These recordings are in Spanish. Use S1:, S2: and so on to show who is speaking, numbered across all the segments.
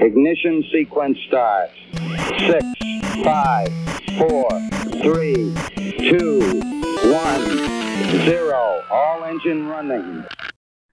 S1: Ignition sequence start. Six, five, four, three, two, one, zero. All engine running.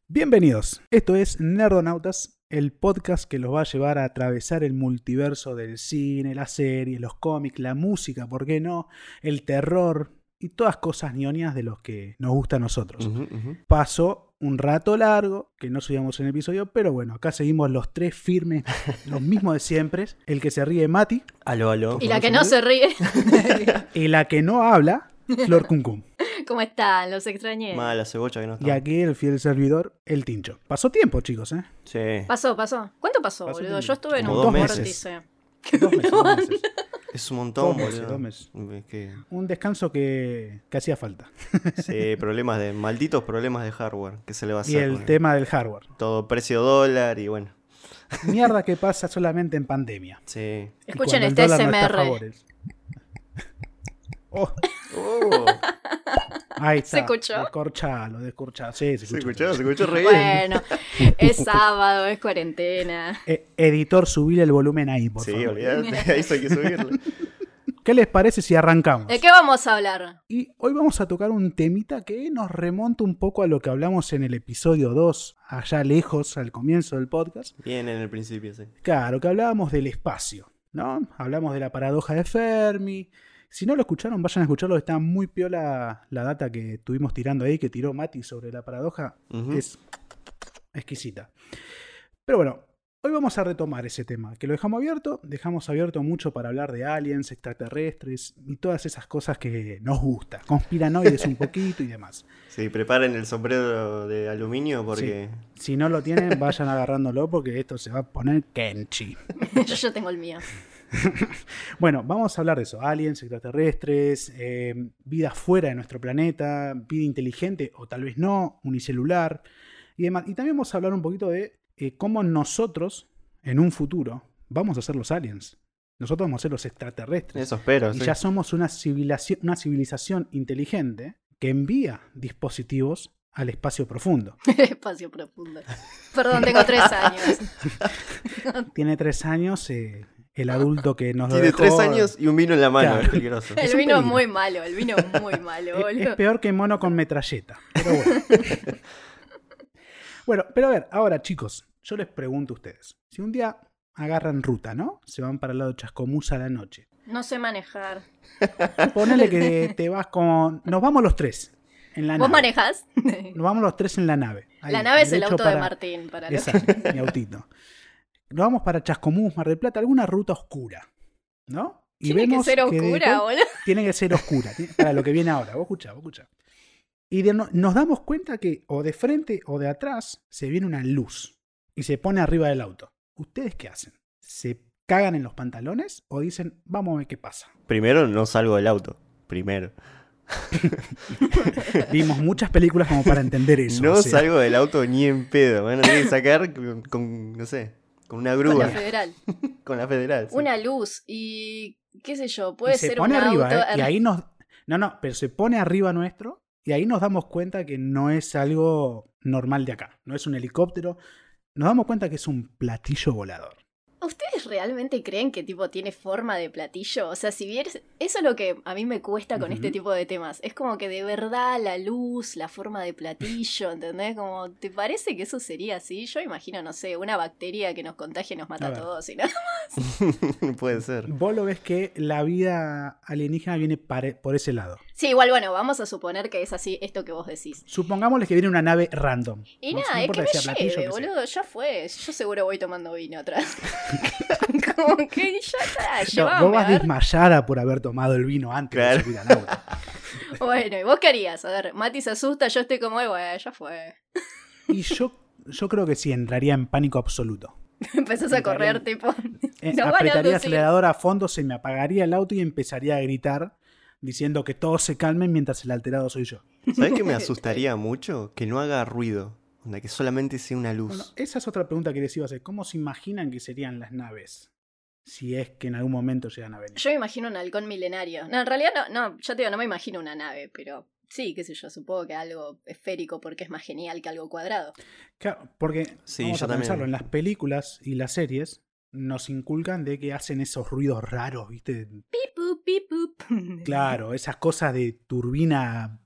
S2: Bienvenidos, esto es Nerdonautas, el podcast que los va a llevar a atravesar el multiverso del cine, las series, los cómics, la música, ¿por qué no? El terror y todas cosas ñoñas de los que nos gusta a nosotros.
S3: Ujú, ujú.
S2: Pasó un rato largo, que no subíamos en episodio, pero bueno, acá seguimos los tres firmes, los mismos de siempre. El que se ríe, Mati,
S3: Aló, aló.
S4: Y la que no se ríe.
S2: y la que no habla, Flor Cuncum.
S4: ¿Cómo están? Los extrañé.
S3: Mala cebolla que no
S2: Y
S3: está.
S2: aquí el fiel servidor, el Tincho. Pasó tiempo, chicos, ¿eh?
S3: Sí.
S4: Pasó, pasó. ¿Cuánto pasó,
S2: Pasó
S4: boludo?
S2: tiempo.
S4: Yo estuve en
S3: Como
S4: un
S3: dos meses.
S4: vórtice.
S2: Dos meses, dos meses.
S3: Es un montón,
S2: Dos meses,
S3: boludo.
S2: dos meses.
S3: Es que-
S2: Un descanso que, que hacía falta.
S3: sí, problemas de. Malditos problemas de hardware. ¿Qué se le va a hacer?
S2: Y el
S3: boludo?
S2: tema del hardware.
S3: Todo precio dólar y bueno.
S2: Mierda que pasa solamente en pandemia.
S3: Sí.
S2: Y
S4: Escuchen
S2: cuando
S4: este
S2: el dólar no está a ¿eh?
S4: SMR.
S2: favores. Oh,
S3: Oh,
S2: ahí está.
S4: Se escuchó.
S2: Descorchalo, descorchalo. Sí, se escuchó.
S3: se escuchó re
S4: Bueno, es sábado, es cuarentena.
S2: Eh, editor, subile el volumen ahí, por
S3: Sí,
S2: favor.
S3: olvidate, ahí eso hay que subirle.
S2: ¿Qué les parece si arrancamos?
S4: ¿De qué vamos a hablar?
S2: Y hoy vamos a tocar un temita que nos remonta un poco a lo que hablamos en el episodio 2, allá lejos, al comienzo del podcast.
S3: Bien en el principio, sí.
S2: Claro, que hablábamos del espacio, ¿no? Hablamos de la paradoja de Fermi. Si no lo escucharon, vayan a escucharlo. Está muy piola la data que estuvimos tirando ahí, que tiró Mati sobre la paradoja.
S3: Ujú.
S2: Es exquisita. Pero bueno, hoy vamos a retomar ese tema, que lo dejamos abierto. Dejamos abierto mucho para hablar de aliens, extraterrestres y todas esas cosas que nos gusta. Conspiranoides un poquito y demás.
S3: Sí, preparen el sombrero de aluminio porque.
S2: Si no lo tienen, vayan agarrándolo porque esto se va a poner Kenchi.
S4: Yo ya tengo el mío.
S2: Bueno, vamos a hablar de eso. Aliens, extraterrestres, eh, vida fuera de nuestro planeta, vida inteligente o tal vez no, unicelular y demás. Y también vamos a hablar un poquito de eh, cómo nosotros, en un futuro, vamos a ser los aliens. Nosotros vamos a ser los extraterrestres.
S3: Eso espero.
S2: y
S3: sí.
S2: ya somos una civilización, una civilización inteligente que envía dispositivos al espacio profundo.
S4: Espacio profundo. Perdón, tengo tres años.
S2: Tiene tres años eh, el adulto que nos lo
S3: Tiene
S2: dejó.
S3: tres años y un vino en la mano,
S2: Claro.
S3: es peligroso.
S2: Es
S4: El
S2: un
S4: vino
S2: peligro.
S4: muy malo, el vino muy malo,
S2: Es- Es
S4: boludo.
S2: peor que mono con metralleta. Pero bueno. bueno, pero a ver, ahora chicos, yo les pregunto a ustedes. Si un día agarran ruta, ¿no? Se van para el lado de Chascomús a la noche.
S4: No sé manejar.
S2: Ponele que te vas con... Nos vamos los tres en la
S4: ¿Vos
S2: nave.
S4: manejás?
S2: Nos vamos los tres en la nave. Ah, Ahí,
S4: La nave es el
S2: derecho
S4: auto de
S2: para-
S4: Martín. Para los-
S2: Exacto, mi autito. Nos vamos para Chascomús, Mar del Plata, alguna ruta oscura, ¿no? Y
S4: Tiene que
S2: vemos
S4: ser
S2: de
S4: oscura,
S2: golpe-
S4: boludo.
S2: tiene que ser oscura, ti- para lo que viene ahora. Vos escuchá, vos escuchá. Y de no- nos damos cuenta que o de frente o de atrás se viene una luz y se pone arriba del auto. ¿Ustedes qué hacen? ¿Se cagan en los pantalones o dicen, vamos a ver qué pasa?
S3: Primero no salgo del auto. Primero.
S2: Vimos muchas películas como para entender eso.
S3: no
S2: o sea,
S3: salgo del auto ni en pedo. Van a tener que sacar con, con, no sé, con una
S4: Con la
S3: grúa,
S4: federal.
S3: con la federal. sí.
S4: Una luz y qué sé yo,
S2: y
S4: puede
S2: se
S4: ser
S2: pone
S4: un
S2: arriba,
S4: auto. em,
S2: ¿eh? Y ahí nos... No, no, pero se pone arriba nuestro y ahí nos damos cuenta que no es algo normal de acá. No es un helicóptero. Nos damos cuenta que es un platillo volador.
S4: ¿Ustedes realmente creen que tipo tiene forma de platillo? O sea, si vieres, eso es lo que a mí me cuesta con
S2: Ujú.
S4: este tipo de temas. Es como que de verdad la luz, la forma de platillo, ¿entendés? Como, ¿te parece que eso sería así? Yo imagino, no sé, una bacteria que nos contagia y nos mata
S2: A
S4: a,
S2: ver.
S4: todos. Y no.
S3: Puede ser.
S2: Vos lo ves que la vida alienígena viene pare- por ese lado.
S4: Sí, igual, bueno, vamos a suponer que es así esto que vos decís.
S2: Supongámosles que viene una nave random.
S4: Y
S2: No-
S4: nada,
S2: no
S4: es que
S2: importa
S4: me
S2: si sea platillo
S4: lleve,
S2: o que sea.
S4: boludo, ya fue. Yo seguro voy tomando vino atrás. como que ya está,
S2: No,
S4: llevame,
S2: vos
S4: a
S2: vas
S4: ver.
S2: desmayada por haber tomado el vino antes de
S3: Claro.
S2: subir al auto.
S4: Bueno, ¿y vos qué harías? A ver, Mati se asusta, yo estoy como, "Eh, bueno, ya fue.
S2: Y yo, yo creo que sí, entraría en pánico absoluto.
S4: Empezás a correr, tipo.
S2: Eh,
S4: No van a
S2: apretaría el
S4: lucir.
S2: acelerador a fondo, se me apagaría el auto y empezaría a gritar diciendo que todos se calmen mientras el alterado soy yo.
S3: ¿Sabes qué me asustaría mucho? Que no haga ruido. Onda, que solamente sea una
S2: Bueno,
S3: luz.
S2: esa es otra pregunta que les iba a hacer. ¿Cómo se imaginan que serían las naves? Si es que en algún momento llegan a venir.
S4: Yo me imagino un halcón milenario. No, en realidad no, no, yo te digo, no me imagino una nave, pero sí, qué sé yo, supongo que algo esférico porque es más genial que algo cuadrado.
S2: Claro, porque
S3: Sí,
S2: vamos
S3: yo
S2: a
S3: también.
S2: pensarlo en las películas y las series, nos inculcan de que hacen esos ruidos raros, ¿viste?
S4: Pipup, pipup.
S2: Claro, esas cosas de turbina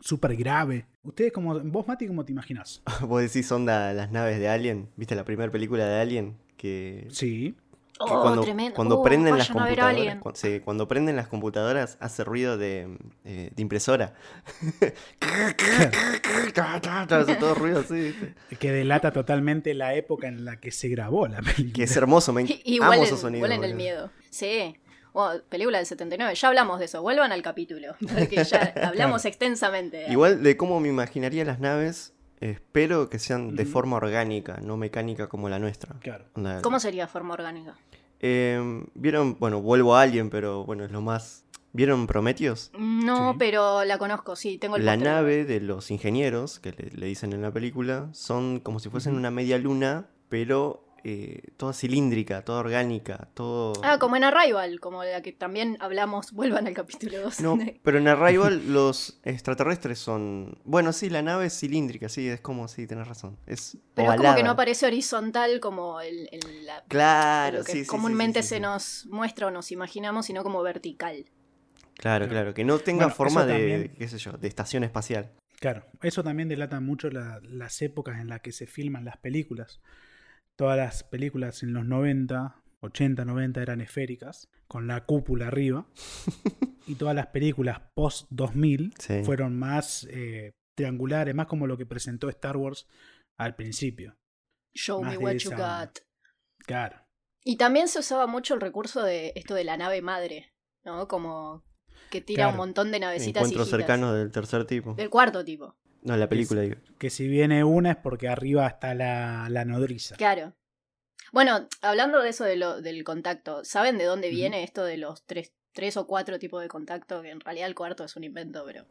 S2: súper grave. Ustedes como, vos Mati, ¿cómo te imaginás?
S3: Vos decís onda las naves de Alien. ¿Viste la primera película de Alien? Que,
S2: Sí,
S3: que
S4: Oh,
S3: cuando,
S4: tremendo.
S3: cuando
S4: Oh,
S3: prenden las
S4: vayan a ver
S3: computadoras.
S4: Alien.
S3: cu- sí, cuando prenden las computadoras hace ruido de, eh, de impresora. hace todo ruido así. ¿viste?
S2: que delata totalmente la época en la que se grabó la película.
S3: Que es hermoso, me enc-
S4: Igual
S3: amo
S4: en,
S3: esos sonidos.
S4: igual en el
S3: boludo.
S4: miedo. Sí. Oh, película del 79. Ya hablamos de eso. Vuelvan al capítulo. Porque ya hablamos extensamente.
S3: Igual de cómo me imaginaría las naves, espero que sean de
S2: Ujú.
S3: forma orgánica, no mecánica como la nuestra.
S2: Claro.
S3: Onda,
S4: ¿Cómo sería forma orgánica?
S3: eh, Vieron, bueno, vuelvo a alguien, pero bueno, es lo más. ¿Vieron Prometheus?
S4: No,
S2: Sí.
S4: pero la conozco, sí. Tengo el
S3: La
S4: póster.
S3: nave de los ingenieros, que le, le dicen en la película, son como si fuesen
S2: Ujú.
S3: una media luna, pero eh, toda cilíndrica, toda orgánica, todo...
S4: Ah, como en Arrival, como la que también hablamos. Vuelvan al capítulo 2.
S3: No, pero en Arrival los extraterrestres son... Bueno, sí, la nave es cilíndrica, sí, es como, sí, tenés razón. Es
S4: Pero es como que
S3: ovalada.
S4: no aparece horizontal como el, el- la-
S3: Claro,
S4: lo que
S3: sí, sí, sí,
S4: comúnmente
S3: sí,
S4: se
S3: sí.
S4: nos muestra o nos imaginamos, sino como vertical.
S3: Claro, claro, que no tenga
S2: Bueno,
S3: forma
S2: eso
S3: de,
S2: también.
S3: qué sé yo, de estación espacial.
S2: Claro, eso también delata mucho la- las épocas en las que se filman las películas. Todas las películas en los 90, 80, 90 eran esféricas, con la cúpula arriba. y todas las películas post 2000
S3: Sí.
S2: fueron más eh, triangulares, más como lo que presentó Star Wars al principio.
S4: Show
S2: Más
S4: me
S2: de
S4: what you
S2: esa-
S4: got.
S2: Claro.
S4: Y también se usaba mucho el recurso de esto de la nave madre, ¿no? Como que tira
S2: Claro.
S4: un montón de navecitas
S3: Encuentros
S4: hijitas.
S3: cercanos del tercer tipo.
S4: Del cuarto tipo,
S3: No, en la película digo.
S2: Que si viene una es porque arriba está la, la nodriza.
S4: claro. Bueno, hablando de eso de lo, del contacto, ¿saben de dónde
S2: Ujú.
S4: viene esto de los tres, tres o cuatro tipos de contacto? Que en realidad el cuarto es un invento, pero...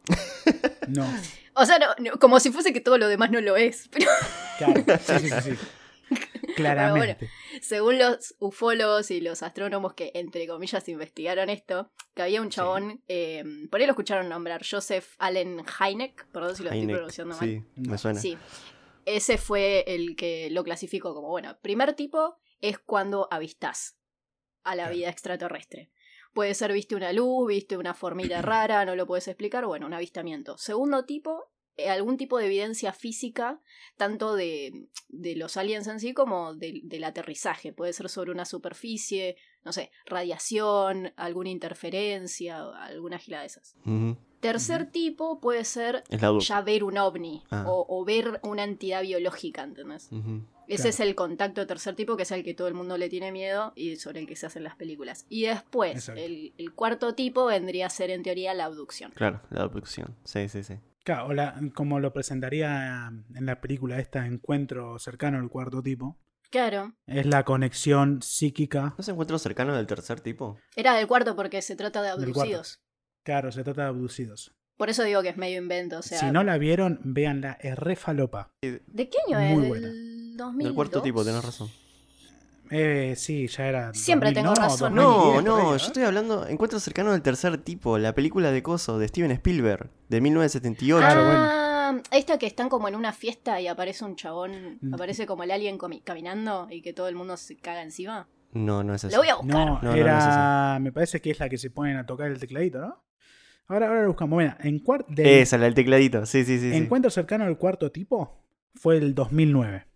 S2: No,
S4: O sea, no- no, como si fuese que todo lo demás no lo es, pero
S2: claro. Sí, sí, sí, sí. Claramente.
S4: Según los ufólogos y los astrónomos que, entre comillas, investigaron esto, que había un chabón, eh, por ahí lo escucharon nombrar, Joseph Allen Hynek, perdón si lo estoy
S3: Hynek,
S4: pronunciando mal.
S3: sí, me suena.
S4: Sí. Ese fue el que lo clasificó como, bueno, primer tipo es cuando avistás a la
S2: Claro.
S4: vida extraterrestre. Puede ser, viste una luz, viste una formita rara, no lo puedes explicar, bueno, un avistamiento. Segundo tipo, eh, algún tipo de evidencia física, tanto de, de los aliens en sí como del- del aterrizaje. Puede ser sobre una superficie, no sé, radiación, alguna interferencia, alguna gila de esas.
S3: Ujú.
S4: Tercer
S2: Ujú.
S4: tipo puede ser
S3: Es la duda.
S4: ya ver un ovni
S3: Ah.
S4: o, o ver una entidad biológica, ¿entendés?
S3: Ujú.
S4: Ese
S2: Claro.
S4: es el contacto tercer tipo, que es el que todo el mundo le tiene miedo y sobre el que se hacen las películas. Y después,
S2: Exacto.
S4: el, el cuarto tipo vendría a ser en teoría la abducción.
S3: Claro, la abducción. Sí, sí, sí.
S2: Claro, o la- como lo presentaría em, en la película esta Encuentro cercano al cuarto tipo,
S4: Claro.
S2: es la conexión psíquica.
S3: ¿No se encuentros cercanos del tercer tipo?
S4: Era del cuarto porque se trata de
S2: Del cuarto.
S4: abducidos.
S2: Claro, se trata de abducidos.
S4: Por eso digo que es medio invento. O sea,
S2: si no la vieron, véanla, es re falopa.
S4: ¿De qué año
S2: Muy
S4: es?
S2: buena.
S4: Del 2002.
S3: Del cuarto tipo, tenés razón.
S2: Eh, sí, ya era.
S4: Siempre tengo razón.
S3: No,
S2: 2010 por ahí,
S3: no,
S2: ¿eh?
S3: yo estoy hablando encuentros cercanos del tercer tipo, la película de Coso de Steven Spielberg de 1978.
S2: Claro, bueno.
S4: ah, esta que están como en una fiesta y aparece un chabón,
S2: Mm.
S4: aparece como el alien comi- caminando y que todo el mundo se caga encima.
S3: No, no es así.
S4: Lo voy a buscar.
S2: No,
S3: No, no,
S2: era.
S3: no es esa.
S2: me parece que es la que se ponen a tocar el tecladito, ¿no? Ahora, ahora lo buscamos. Bueno, en cuar- del-
S3: Esa, la del tecladito. Sí, sí, sí. sí.
S2: Encuentro cercano al cuarto tipo fue el 2009.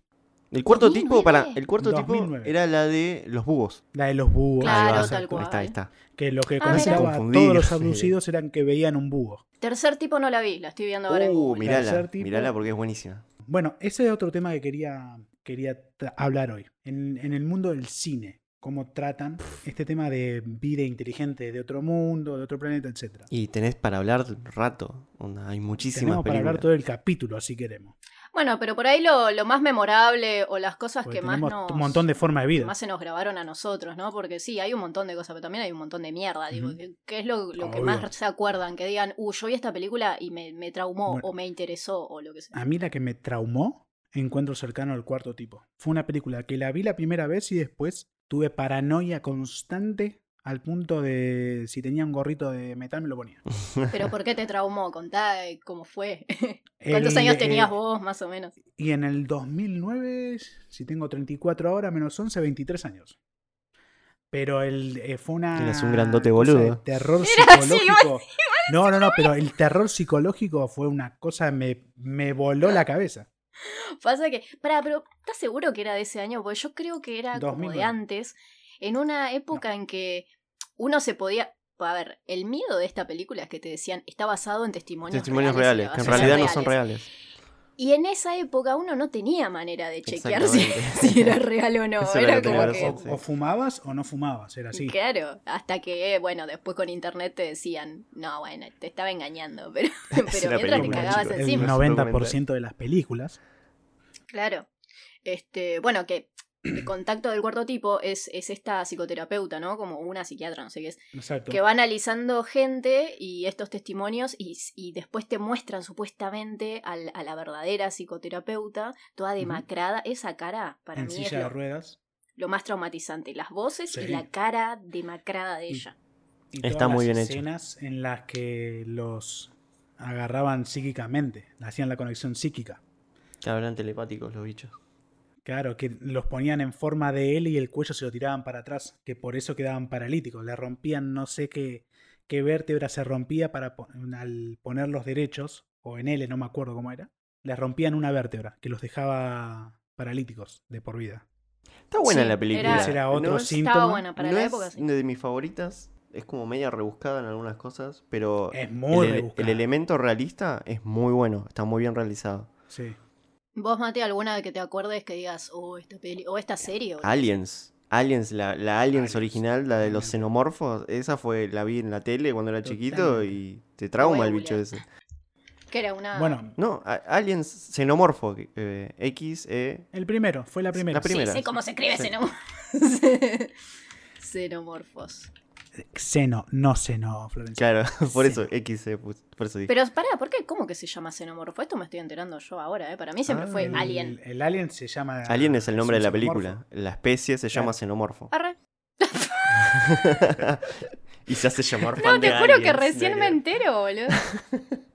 S3: El cuarto
S4: 2009.
S3: tipo, para, el cuarto
S2: 2009.
S3: tipo era la de los búhos.
S2: La de los búhos.
S4: Claro,
S3: Ahí va,
S4: tal
S3: ahí
S4: cual.
S3: Está, ahí está.
S2: Que lo que
S4: Ah,
S2: comentaba
S3: mira.
S2: todos los
S3: Confundido.
S2: abducidos eran que veían un búho.
S4: Tercer tipo no la vi, la estoy viendo ahora en
S3: Uh,
S4: Google.
S3: mirala,
S2: Tercer tipo.
S3: mirala porque es buenísima.
S2: Bueno, ese es otro tema que quería, quería tra- hablar hoy. En, en el mundo del cine, cómo tratan este tema de vida inteligente de otro mundo, de otro planeta, etc.
S3: Y tenés para hablar rato. Onda, hay muchísimas
S2: Tenemos para
S3: películas.
S2: hablar todo el capítulo, si queremos.
S4: Bueno, pero por ahí lo, lo más memorable o las cosas
S2: Porque
S4: que Ah, más,
S2: tenemos
S4: nos,
S2: un montón de formas de vida.
S4: que más se nos grabaron a nosotros, ¿no? Porque sí, hay un montón de cosas, pero también hay un montón de mierda. digo,
S2: Ujú.
S4: que, que es lo, lo que
S2: Obvio.
S4: más se acuerdan, que digan, uh, yo vi esta película y me, me traumó
S2: Bueno.
S4: o me interesó o lo que sea.
S2: A mí la que me traumó, Encuentro cercano al cuarto tipo. Fue una película que la vi la primera vez y después tuve paranoia constante al punto de si tenía un gorrito de metal me lo ponía.
S4: Pero ¿por qué te traumó? Contá eh, cómo fue.
S2: El-
S4: ¿Cuántos años
S2: eh,
S4: tenías vos, más o menos?
S2: Y en el 2009, si tengo 34 ahora, menos 11, 23 años. Pero el, eh, fue una.
S3: Eras un grandote boludo.
S2: cosa de terror
S4: Era así,
S2: psicológico. no, no, no, pero el terror psicológico fue una cosa, me, me voló la cabeza.
S4: Pasa que, pará, pero ¿estás seguro que era de ese año? Porque yo creo que era como
S2: 2009.
S4: de antes, en una época en que uno se podía... A ver, el miedo de esta película es que te decían, está basado en testimonios,
S3: Testimonios reales,
S4: y
S3: que en
S4: basados
S3: realidad no son reales.
S4: Y en esa época uno no tenía manera de chequear si,
S3: Exactamente.
S4: si era real o no.
S3: Eso era
S4: era
S3: lo que
S4: como
S3: tenía
S4: que...
S2: o,
S3: razón, sí.
S2: o fumabas o no fumabas, era así.
S4: Claro, hasta que, bueno, después con internet te decían, no, bueno, te estaba engañando, pero, pero
S3: una
S4: mientras te
S3: película,
S4: cagabas
S3: chicos.
S2: El
S4: encima.
S3: no-
S2: 90% de las películas.
S4: Claro. Este, bueno, que el contacto del cuarto tipo es, es esta psicoterapeuta, ¿no? Como una psiquiatra, no sé qué es.
S2: Exacto.
S4: Que va analizando gente y estos testimonios y, y después te muestran supuestamente al- a la verdadera psicoterapeuta, toda demacrada. Esa cara, para
S2: en
S4: mí,
S2: silla
S4: es
S2: de
S4: lo,
S2: ruedas.
S4: lo más traumatizante. Las voces
S2: Sí. Mm.
S4: y la cara demacrada de ella.
S2: Y
S3: Está
S2: todas
S3: muy
S2: las
S3: bien hecho.
S2: escenas en las que los agarraban psíquicamente, hacían la conexión psíquica.
S3: Claro, eran telepáticos los bichos.
S2: Claro, que los ponían en forma de L y el cuello se lo tiraban para atrás, que por eso quedaban paralíticos. Le rompían no sé qué, qué vértebra se rompía para po- al poner los derechos, o en L, no me acuerdo cómo era. Les rompían una vértebra, que los dejaba paralíticos de por vida.
S3: Está buena
S4: Sí,
S3: la película.
S4: era-
S2: Ese era
S3: No
S2: otro
S3: es-
S2: síntoma.
S4: Estaba buena para
S3: no
S4: la
S3: es
S4: época, sí.
S3: de mis favoritas. Es como media rebuscada en algunas cosas, pero
S2: Es muy
S3: el, ele- el
S2: rebuscada.
S3: elemento realista es muy bueno. Está muy bien realizado.
S2: Sí.
S4: ¿Vos, Mate, alguna que te acuerdes que digas, oh, esta peli, o esta serie? o-
S3: Aliens. Aliens, la, la Aliens,
S2: Aliens,
S3: original, la de los
S2: totalmente.
S3: xenomorfos, esa fue, la vi en la tele cuando era chiquito
S2: Totalmente.
S3: y te trauma
S4: Voy a
S3: el bicho
S4: googlear.
S3: ese.
S4: Que era una...
S2: Bueno,
S3: No, a- Aliens xenomorfo, eh, X, E,
S2: el primero, fue la primera.
S3: La prim- primera.
S4: Sí, sé cómo se escribe
S3: Sí.
S4: xenomorfos. xenomorfos.
S2: Seno, no seno, Florencia.
S3: claro, por
S2: Sí.
S3: eso X, E, pus- por eso dije.
S4: Pero pará, ¿por qué? ¿Cómo que se llama xenomorfo? Esto me estoy enterando yo ahora, ¿eh? Para mí siempre
S3: Ah,
S4: fue
S2: El-
S4: alien.
S2: El alien se llama.
S3: Alien es el nombre de la
S2: xenomorfo.
S3: película, la especie se llama
S2: Claro.
S3: xenomorfo.
S4: Arre.
S3: y se hace llamar fan
S4: Ah. No,
S3: de
S4: te juro que
S3: Aliens,
S4: recién me
S3: nada ver.
S4: entero, boludo.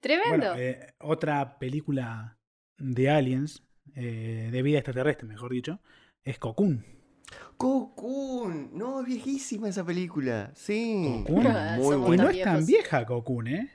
S4: Tremendo.
S2: Bueno, eh, otra película de aliens, eh, de vida extraterrestre, mejor dicho, es Cocoon.
S3: Cocoon, no, es viejísima esa película, sí.
S2: Cocoon.
S4: Ah,
S3: Muy
S2: Y
S4: somos
S3: buena.
S2: no
S4: tan
S2: es tan
S4: viejos.
S2: vieja Cocoon, ¿eh?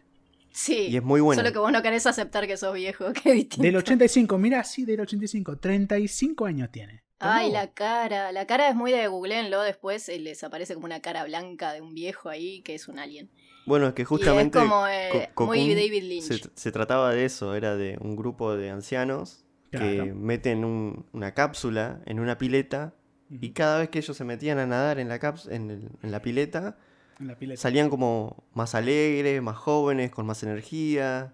S4: sí.
S3: Y es muy buena.
S4: Solo que vos no querés aceptar que sos viejo, qué distinto.
S2: Del 85, mira, sí, del 85, 35 años tiene.
S4: Ay,
S2: ¿Cómo?
S4: la cara. La cara es muy de googleenlo después. eh, Les aparece como una cara blanca de un viejo ahí que es un alien.
S3: Bueno, es que
S4: y
S3: justamente
S4: es como eh,
S3: Co-
S4: muy
S3: Cocoon
S4: David Lynch.
S3: se, se trataba de eso, era de un grupo de ancianos que
S2: Claro.
S3: meten un- una cápsula en una pileta y cada vez que ellos se metían a nadar en la, caps- en el- en la pileta,
S2: En la pileta.
S3: salían como más alegres, más jóvenes, con más energía.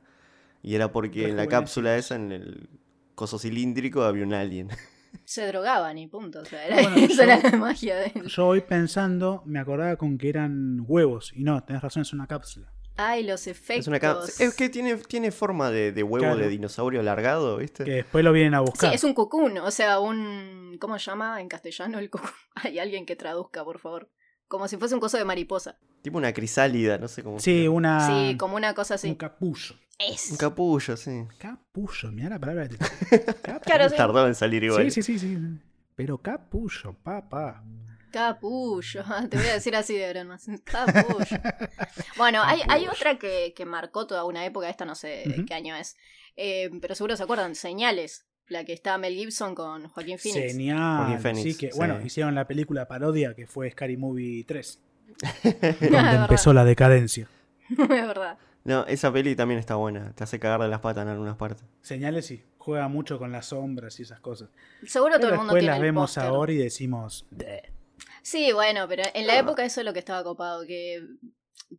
S3: Y era porque en la
S2: Rejuvenecidos.
S3: cápsula esa, en el coso cilíndrico, había un alien.
S4: se drogaban y punto. O sea, era-
S2: Bueno,
S4: esa era
S2: yo-
S4: la magia de
S2: Yo hoy pensando, me acordaba con que eran huevos. Y no, tenés razón, es una cápsula.
S4: Ay, los efectos.
S3: Es, una cápsula- es que tiene, tiene forma de, de huevo
S2: Claro.
S3: de dinosaurio alargado, ¿viste?
S2: Que después lo vienen a
S4: Sí,
S2: buscar.
S4: es un cucún, o sea, un... ¿Cómo se llama en castellano el cucún? Hay alguien que traduzca, por favor. Como si fuese un coso de mariposa.
S3: Tipo una crisálida, no sé cómo.
S2: Sí,
S3: se-
S2: una.
S4: Sí, como una cosa así.
S2: Ah, Un capullo.
S4: Es.
S3: un capullo, sí.
S2: Capullo, mira la palabra. que te- Capullo.
S4: Claro, sí.
S3: Tardó en salir igual.
S2: Sí, sí, sí, sí. Pero capullo, papá.
S4: Capullo, ah, te voy a decir así de broma. Capullo. Bueno, hay, hay
S2: Capullo.
S4: otra que, que marcó toda una época, esta no sé de
S2: Ujú.
S4: qué año es, Eh, pero seguro se acuerdan, Señales, la que está Mel Gibson con Joaquín Phoenix.
S2: Genial.
S3: Joaquín Phoenix,
S2: sí, que,
S3: sí.
S2: Bueno, hicieron la película parodia que fue Scary Movie 3.
S4: Ah, Es
S2: Donde
S4: verdad,
S2: empezó la decadencia.
S4: es verdad.
S3: No, esa peli también está buena. Te hace cagar de las patas en algunas partes.
S2: Señales sí, juega mucho con las sombras y esas cosas.
S4: Seguro
S2: Pero
S4: todo el mundo
S2: después
S4: tiene
S2: las
S4: el
S2: vemos
S4: póster.
S2: ahora y decimos. "Bleh".
S4: Sí, bueno, pero en la
S3: Ah.
S4: época eso es lo que estaba copado, que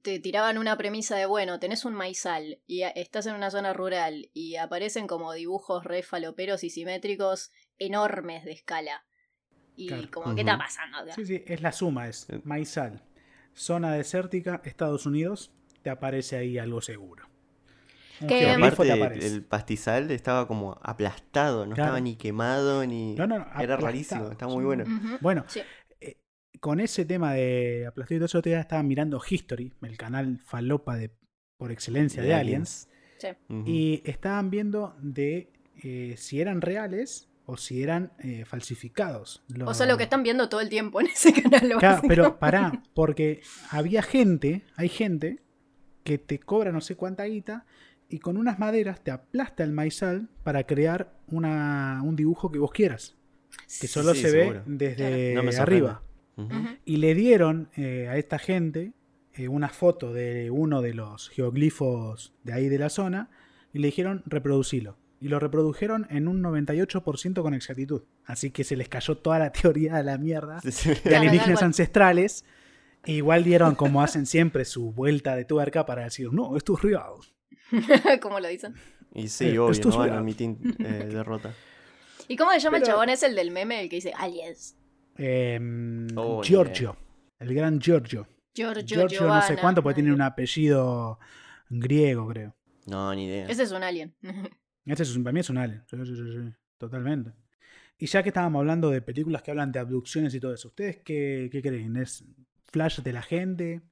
S4: te tiraban una premisa de, bueno, tenés un maizal y a- estás en una zona rural y aparecen como dibujos re faloperos y simétricos enormes de escala. Y
S2: Claro.
S4: como, ¿qué está
S3: Ujú.
S4: pasando acá?
S2: Sí, sí, es la suma, es
S3: Eh.
S2: Maizal. Zona desértica, Estados Unidos, te aparece ahí algo seguro. Un
S4: Que-
S3: Y
S4: Em,
S2: geoglifo te
S3: aparte,
S2: aparece.
S3: el pastizal estaba como aplastado, no
S2: Claro.
S3: estaba ni quemado ni.
S2: No, no, no,
S3: Era
S2: aplastado,
S3: rarísimo, está muy
S2: sí.
S3: bueno.
S4: Ujú.
S2: Bueno,
S4: Sí.
S2: eh, con ese tema de aplastado y todo eso, yo estaba mirando History, el canal falopa de por excelencia de,
S3: De
S2: Aliens,
S4: Sí.
S3: Ujú.
S2: y estaban viendo de eh, si eran reales o si eran eh, falsificados. Los-
S4: O sea, lo que están viendo todo el tiempo en ese canal.
S2: Claro, pero
S4: básicamente.
S2: pará, porque había gente, hay gente que te cobra no sé cuánta guita y con unas maderas te aplasta el maizal para crear una, un dibujo que vos quieras, que solo
S3: sí,
S2: se
S3: seguro.
S2: ve desde
S4: Claro.
S3: No me sorprende.
S2: eh, arriba.
S3: Ujú.
S4: Ujú.
S2: Y le dieron eh, a esta gente eh, una foto de uno de los geoglifos de ahí de la zona y le dijeron reproducilo. Y lo reprodujeron en un 98% con exactitud. Así que se les cayó toda la teoría a la mierda
S3: Sí, sí.
S2: de
S4: Claro, tal
S2: alienígenas
S4: cual.
S2: ancestrales. E igual dieron, como hacen siempre, su vuelta de tuerca para decir, no, esto es real.
S4: como lo dicen.
S3: Y sí,
S2: Eh,
S3: obvio,
S2: esto es
S3: no van a
S2: real.
S3: admitir eh, derrota.
S4: ¿Y cómo se llama el
S2: Pero-
S4: chabón? Es el del meme, el que dice aliens.
S2: Em,
S3: Oh,
S2: Giorgio, el gran Giorgio.
S4: Giorgio,
S2: Giorgio no sé
S4: Giovanna.
S2: cuánto, porque tiene un apellido griego, creo.
S3: No, ni idea.
S4: Ese es un alien.
S2: Este es, un- para mí es un alien. Sí, sí, sí, sí, Totalmente. Y ya que estábamos hablando de películas que hablan de abducciones y todo eso, ¿ustedes qué, qué creen? ¿Es flash de la gente?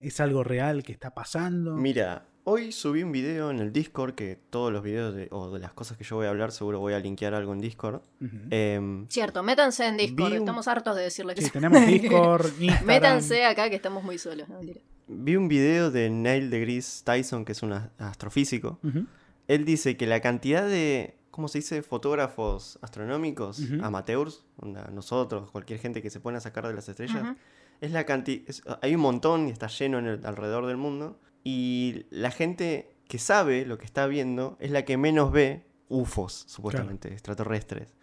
S2: ¿Es algo real que está pasando?
S3: Mira, hoy subí un video en el Discord, que todos los videos de, o de las cosas que yo voy a hablar, seguro voy a linkear algo en Discord.
S2: Ujú.
S3: Em,
S4: Cierto, métanse en Discord.
S3: Vi un-
S4: Estamos hartos de decirle que
S2: Sí,
S4: sí.
S2: tenemos Discord, Instagram.
S4: Métanse acá que estamos muy solos. No, mentira.
S3: vi un video de Neil deGrasse Tyson, que es un as- astrofísico.
S2: Ujú.
S3: Él dice que la cantidad de, ¿cómo se dice?, fotógrafos astronómicos,
S2: Ujú.
S3: amateurs, onda, nosotros, cualquier gente que se pone a sacar de las estrellas,
S4: Ujú.
S3: es la cantidad, hay un montón y está lleno en el- alrededor del mundo. Y la gente que sabe lo que está viendo es la que menos ve UFOs, supuestamente, extraterrestres.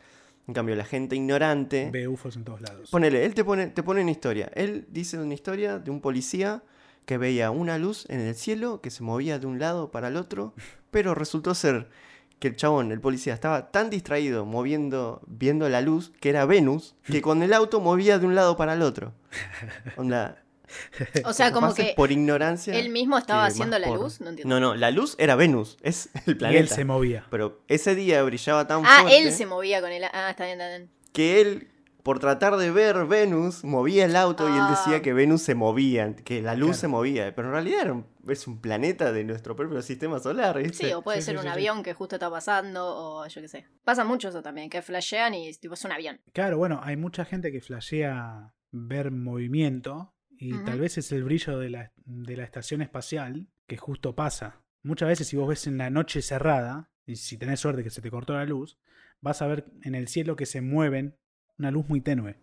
S3: En cambio, la gente ignorante...
S2: Ve UFOs en todos lados.
S3: Ponele, él te pone, te pone una historia. Él dice una historia de un policía que veía una luz en el cielo que se movía de un lado para el otro, pero resultó ser que el chabón, el policía, estaba tan distraído moviendo, viendo la luz, que era Venus, que con el auto movía de un lado para el otro. Onda,
S4: O sea, como
S3: capaz es
S4: que
S3: por ignorancia.
S4: él mismo estaba
S3: que
S4: haciendo
S3: más
S4: la
S3: por-
S4: luz. No entiendo.
S3: No, no, la luz era Venus, es el
S2: y él
S3: planeta.
S2: se movía.
S3: Pero ese día brillaba tan
S4: ah,
S3: fuerte
S4: él se movía con el. Ah, está bien, está bien.
S3: que él, por tratar de ver Venus, movía el auto y él
S4: Ah.
S3: decía que Venus se movía, que la luz
S2: Claro.
S3: se movía, pero en realidad era un- es un planeta de nuestro propio sistema solar. ¿viste?
S4: Sí, o puede
S2: Sí,
S4: ser
S2: sí,
S4: un
S2: sí, sí.
S4: avión que justo está pasando, o yo qué sé. Pasa mucho eso también, que flashean y tipo es un avión.
S2: Claro, bueno, hay mucha gente que flashea ver movimiento y
S4: Ujú.
S2: tal vez es el brillo de la, de la estación espacial que justo pasa. Muchas veces si vos ves en la noche cerrada, y si tenés suerte que se te cortó la luz, vas a ver en el cielo que se mueven una luz muy tenue.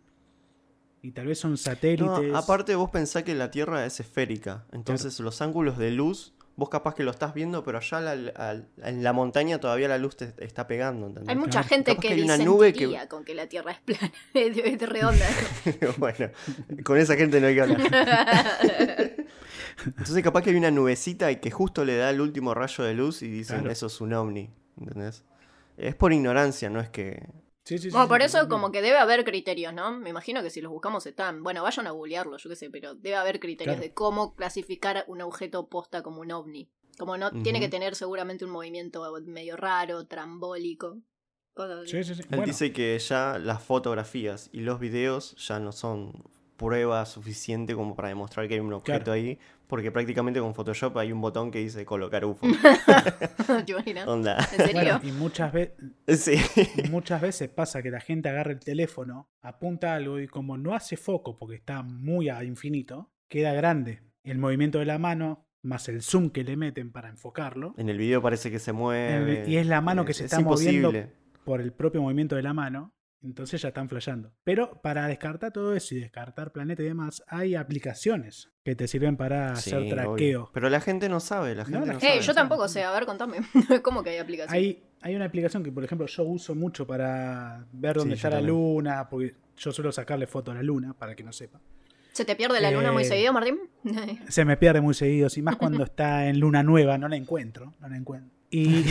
S2: Y tal vez son
S3: No,
S2: satélites.
S3: aparte vos pensás que la Tierra es esférica, entonces los ángulos de luz, vos capaz que lo estás viendo, pero allá la- al- en la montaña todavía la luz te está pegando. ¿entendés?
S4: Hay mucha
S2: Claro.
S4: gente
S3: Capaz
S4: que,
S3: que hay una nube que-
S4: disentiría con que la Tierra es plana, es es redonda.
S3: bueno, con esa gente no hay que hablar. Entonces capaz que hay una nubecita y que justo le da el último rayo de luz y dicen,
S2: Claro.
S3: eso es un ovni, ¿entendés? Es por ignorancia, no es que...
S2: Sí, sí, sí,
S4: Bueno,
S2: sí,
S4: por eso
S2: totalmente.
S4: como que debe haber criterios, ¿no? Me imagino que si los buscamos están. Bueno, vayan a googlearlo, yo qué sé, pero debe haber criterios
S2: Claro.
S4: de cómo clasificar un objeto posta como un ovni. Como no tiene
S3: Ujú.
S4: que tener seguramente un movimiento medio raro, trambólico. cosas así.
S2: Sí, sí, sí.
S3: Él
S2: Bueno,
S3: dice que ya las fotografías y los videos ya no son prueba suficiente como para demostrar que hay un objeto
S2: Claro.
S3: ahí, porque prácticamente con Photoshop hay un botón que dice colocar UFO.
S4: ¿Te imaginas?
S3: Onda.
S4: ¿En serio?
S2: bueno, y muchas veces
S3: Sí.
S2: Muchas veces pasa que la gente agarra el teléfono, apunta algo y como no hace foco porque está muy a infinito, queda grande. El movimiento de la mano más el zoom que le meten para enfocarlo
S3: En el video parece que se mueve.
S2: El- y es la mano que se está
S3: imposible.
S2: moviendo. por el propio movimiento de la mano, entonces ya están flasheando. Pero para descartar todo eso y descartar planeta y demás, hay aplicaciones que te sirven para
S3: Sí,
S2: hacer
S3: obvio.
S2: traqueo.
S3: Pero la gente no sabe, la gente no,
S2: la gente
S4: Hey,
S3: sabe.
S4: yo tampoco sé, a ver, contame. ¿Cómo que hay aplicación?
S2: Hay, hay una aplicación que, por ejemplo, yo uso mucho para ver dónde
S3: Sí,
S2: está
S3: yo
S2: la
S3: también.
S2: luna, porque yo suelo sacarle foto a la luna, para el que no sepa.
S4: ¿Se te pierde la luna muy
S2: Eh,
S4: seguido, Martín?
S2: se me pierde muy seguido, y más cuando está en luna nueva, no la encuentro, no la encuentro. Y,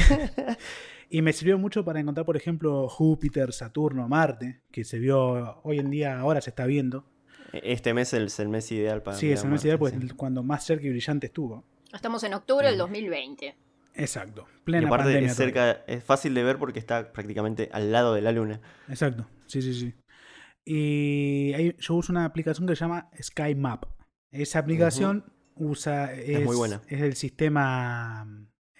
S2: y me sirvió mucho para encontrar, por ejemplo, Júpiter, Saturno, Marte, que se vio hoy en día, ahora se está viendo.
S3: Este mes es el mes ideal para.
S2: Sí,
S3: mirar
S2: es el mes
S3: Marte,
S2: ideal, pues
S3: sí.
S2: cuando más cerca y brillante estuvo.
S4: Estamos en octubre
S2: eh.
S4: del 2020.
S2: Exacto,
S3: Y
S2: plena
S3: aparte
S2: pandemia.
S3: es cerca, es fácil de ver porque está prácticamente al lado de la luna.
S2: todavía. Exacto, sí, sí, sí. Y ahí yo uso una aplicación que se llama Sky Map. Esa aplicación usa...
S3: muy buena.
S2: Es el sistema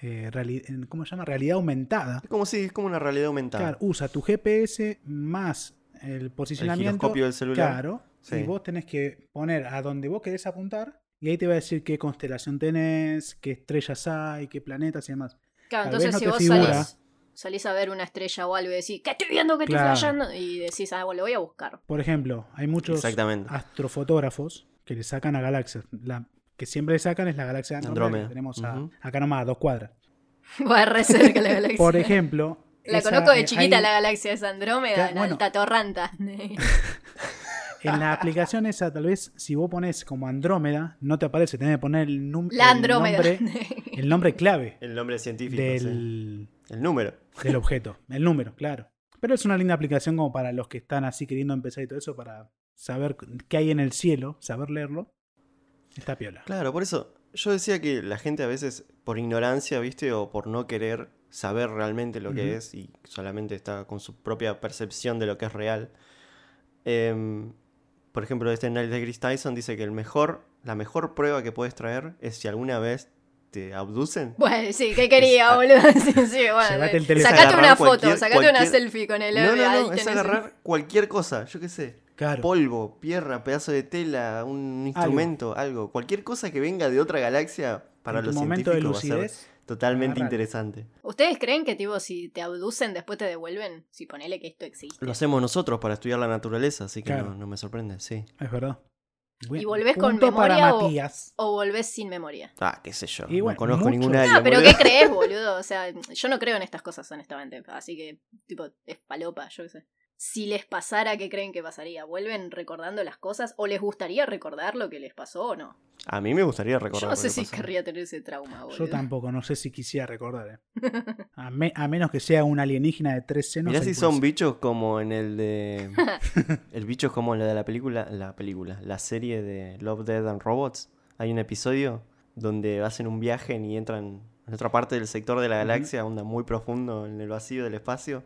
S2: eh, reali- en- ¿cómo se llama? Realidad aumentada.
S3: Es como si es como una realidad aumentada.
S2: Claro, usa tu GPS más el
S3: el
S2: posicionamiento.
S3: giroscopio del celular.
S2: Claro.
S3: Sí.
S2: Y vos tenés que poner a donde vos querés apuntar. Y ahí te va a decir qué constelación tenés, qué estrellas hay, qué planetas y demás.
S4: Claro,
S2: Tal vez
S4: entonces
S2: no
S4: si
S2: te
S4: vos
S2: figura.
S4: salís, salís a ver una estrella o algo y decís, ¿qué estoy viendo? ¿Qué
S2: Claro.
S4: estoy flasheando? Y decís, ah, bueno, lo voy a buscar.
S2: Por ejemplo, hay muchos
S3: Exactamente.
S2: astrofotógrafos que le sacan a galaxias. La que siempre le sacan es la galaxia de Andrómeda,
S3: Andrómeda.
S2: que tenemos a-
S3: Ujú.
S2: acá nomás, a dos cuadras.
S4: Va a re cerca la galaxia.
S2: Por ejemplo.
S4: la
S2: esa-
S4: conozco de
S2: eh,
S4: chiquita
S2: hay-
S4: la galaxia de Andrómeda,
S2: Claro,
S4: en
S2: bueno.
S4: Alta Torranta.
S2: En la aplicación esa, tal vez, si vos pones como Andrómeda, no te aparece, tenés que poner el, num-
S4: la
S2: el
S4: Andrómeda.
S2: nombre, el nombre clave
S3: El nombre científico. sí.
S2: del,
S3: El número.
S2: del objeto, el número, claro. Pero es una linda aplicación como para los que están así queriendo empezar y todo eso, para saber qué hay en el cielo, saber leerlo. Está piola.
S3: Claro, por eso yo decía que la gente a veces por ignorancia, ¿viste? O por no querer saber realmente lo que
S2: Ujú.
S3: es y solamente está con su propia percepción de lo que es real. Em, por ejemplo, este Neil de Chris Tyson dice que el mejor, la mejor prueba que puedes traer es si alguna vez te abducen.
S4: Bueno, sí, ¿qué quería,
S3: Es-
S4: boludo? Sí, sí, bueno,
S2: ah, Llévate el
S4: eh,
S2: teléfono.
S4: sacate una
S3: Agarrar
S4: foto,
S3: cualquier-
S4: sacate una
S3: cualquier-
S4: selfie con el
S3: No,
S4: ahí
S3: no, no, es
S4: tenés-
S3: agarrar cualquier cosa, yo qué sé.
S2: Claro.
S3: Polvo, tierra, pedazo de tela, un instrumento, algo. Cualquier cosa que venga de otra galaxia para
S2: En tu
S3: los
S2: momento de
S3: científicos va a ser
S2: lucidez.
S3: totalmente
S2: agarralo.
S3: interesante.
S4: ¿Ustedes creen que, tipo, si te abducen, después te devuelven? Si ponele que esto existe.
S3: Lo hacemos nosotros para estudiar la naturaleza, así que
S2: Claro.
S3: no, no me sorprende, sí.
S2: Es verdad.
S4: ¿Y volvés con
S2: punto para
S4: memoria o-
S2: Matías.
S4: ¿O volvés sin memoria?
S3: Ah, qué sé yo.
S2: Y bueno,
S3: no conozco
S2: mucho.
S3: ningún alien.
S4: No, pero
S3: boludo.
S4: ¿qué crees, boludo? O sea, yo no creo en estas cosas, honestamente. Así que, tipo, es palopa, yo qué sé. Si les pasara, ¿qué creen que pasaría? ¿Vuelven recordando las cosas? ¿O les gustaría recordar lo que les pasó o no?
S3: A mí me gustaría recordar.
S4: Yo no sé
S3: lo que
S4: si
S3: pasó.
S4: querría tener ese trauma, Ah, boludo.
S2: Yo tampoco, no sé si quisiera recordar. eh. A, me- a menos que sea un alienígena de tres senos.
S3: Mirá
S2: ahí puede
S3: si son
S2: ser.
S3: bichos como en el de. el bicho es como la de la película. La película. La serie de Love, Dead and Robots. Hay un episodio donde hacen un viaje y entran en otra parte del sector de la galaxia, onda muy profundo en el vacío del espacio.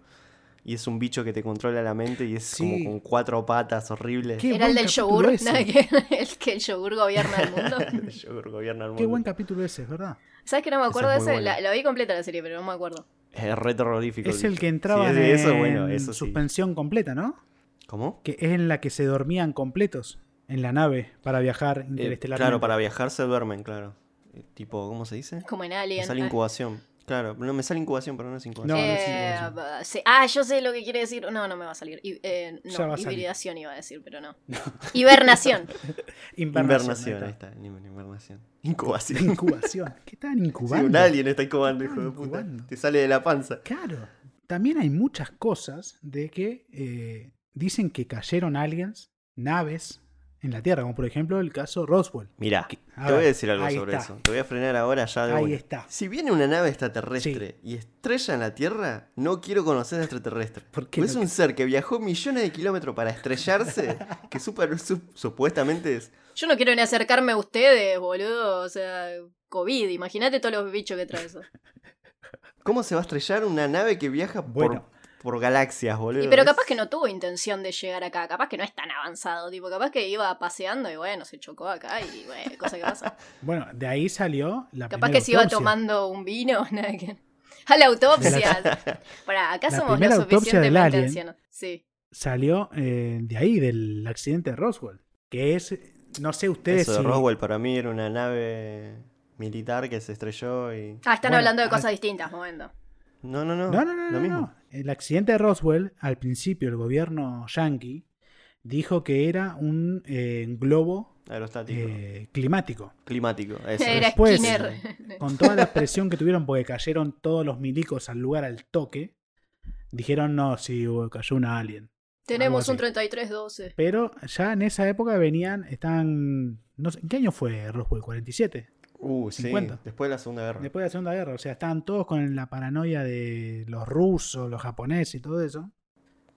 S3: Y es un bicho que te controla la mente y es
S2: Sí.
S3: como con cuatro patas horrible.
S2: Qué
S4: Era el
S2: buen
S4: del
S2: capítulo
S4: yogur,
S2: ese.
S4: nada que- el que el yogur gobierna el mundo.
S3: Yo gobierna el mundo.
S2: Qué buen capítulo ese, es verdad.
S4: ¿Sabes que no me
S3: Ese
S4: acuerdo de
S3: es muy
S4: ese? La,
S3: bueno.
S4: la vi completa la serie, pero no me acuerdo.
S3: Es re terrorífico.
S2: Es el
S3: bicho.
S2: que entraba
S3: Si es
S2: en
S3: de eso, bueno, eso sí.
S2: suspensión completa, ¿no?
S3: ¿Cómo?
S2: Que es en la que se dormían completos en la nave para viajar
S3: Eh,
S2: interestelar.
S3: claro, para viajar se duermen, claro. Eh, tipo, ¿cómo se dice?
S4: Como en
S3: Me
S4: Alien.
S3: sale
S4: Ah.
S3: incubación. Claro, no me sale incubación, pero no es incubación.
S2: No, no
S4: Eh,
S2: es incubación.
S4: ah, sí. Ah, yo sé lo que quiere decir. No, no me va a salir. I- eh, no,
S2: Ya va a salir.
S4: hibridación iba a decir, pero no. Hibernación.
S3: Invernación, eh. ahí
S2: Invernación.
S3: está. ni- ni Invernación. Incubación.
S2: Incubación. ¿Qué estaban
S3: Sí,
S2: incubando?
S3: un alien está incubando, hijo de puta.
S2: Incubando.
S3: Te sale de la panza.
S2: Claro. También hay muchas cosas de que eh, dicen que cayeron aliens, naves, en la Tierra, como por ejemplo el caso Roswell.
S3: Mirá,
S2: A
S3: te voy a
S2: ver,
S3: decir algo
S2: ahí
S3: sobre
S2: está.
S3: eso. Te voy a frenar ahora ya Ah, de
S2: Ahí
S3: una.
S2: está.
S3: Si viene una nave extraterrestre y estrella en la Tierra, no quiero conocer a extraterrestre.
S2: ¿Por qué
S3: Porque es
S2: no?
S3: un ser que viajó millones de kilómetros para estrellarse, que super- su- supuestamente es.
S4: Yo no quiero ni acercarme a ustedes, boludo. O sea, COVID. Imagínate todos los bichos que trae eso.
S3: ¿Cómo se va a estrellar una nave que viaja por-
S2: Bueno.
S3: por, galaxias, boludo?
S4: Y pero
S3: Es-
S4: capaz que no tuvo intención de llegar acá. Capaz que no es tan avanzado. Tipo, capaz que iba paseando y bueno, se chocó acá y bueno, cosa que pasa.
S2: Bueno, de ahí salió la
S4: capaz
S2: primera
S4: que se iba
S2: autopsia.
S4: tomando un vino. Nada que... A la autopsia. Pará, acá
S2: La
S4: somos lo
S2: primera autopsia del
S4: suficientemente
S2: alien.
S4: ancianos. Sí.
S2: Salió eh, de ahí, del accidente de Roswell. Que es, no sé ustedes
S3: Eso de
S2: si-
S3: Roswell para mí era una nave militar que se estrelló y.
S4: Ah, están
S2: Bueno,
S4: hablando de
S2: ah,
S4: cosas distintas, momento.
S3: No, no, no.
S2: No, no, no,
S3: lo
S2: no,
S3: mismo.
S2: no. El accidente de Roswell, al principio el gobierno yanqui dijo que era un eh, globo
S3: Aerostático.
S2: eh, climático.
S3: Climático. Eso.
S4: Era
S2: después- eh,
S4: Skinner.
S2: Con toda la presión que tuvieron porque cayeron todos los milicos al lugar al toque, dijeron no, sí, hubo- cayó una alien.
S4: Tenemos un
S2: algo
S4: 3312.
S2: Pero ya en esa época venían, estaban, no sé, ¿en qué año fue Roswell? 47.
S3: Uh, sí.
S2: 50.
S3: Después de la Segunda Guerra.
S2: Después de la Segunda Guerra, o sea, estaban todos con la paranoia de los rusos, los japoneses y todo eso.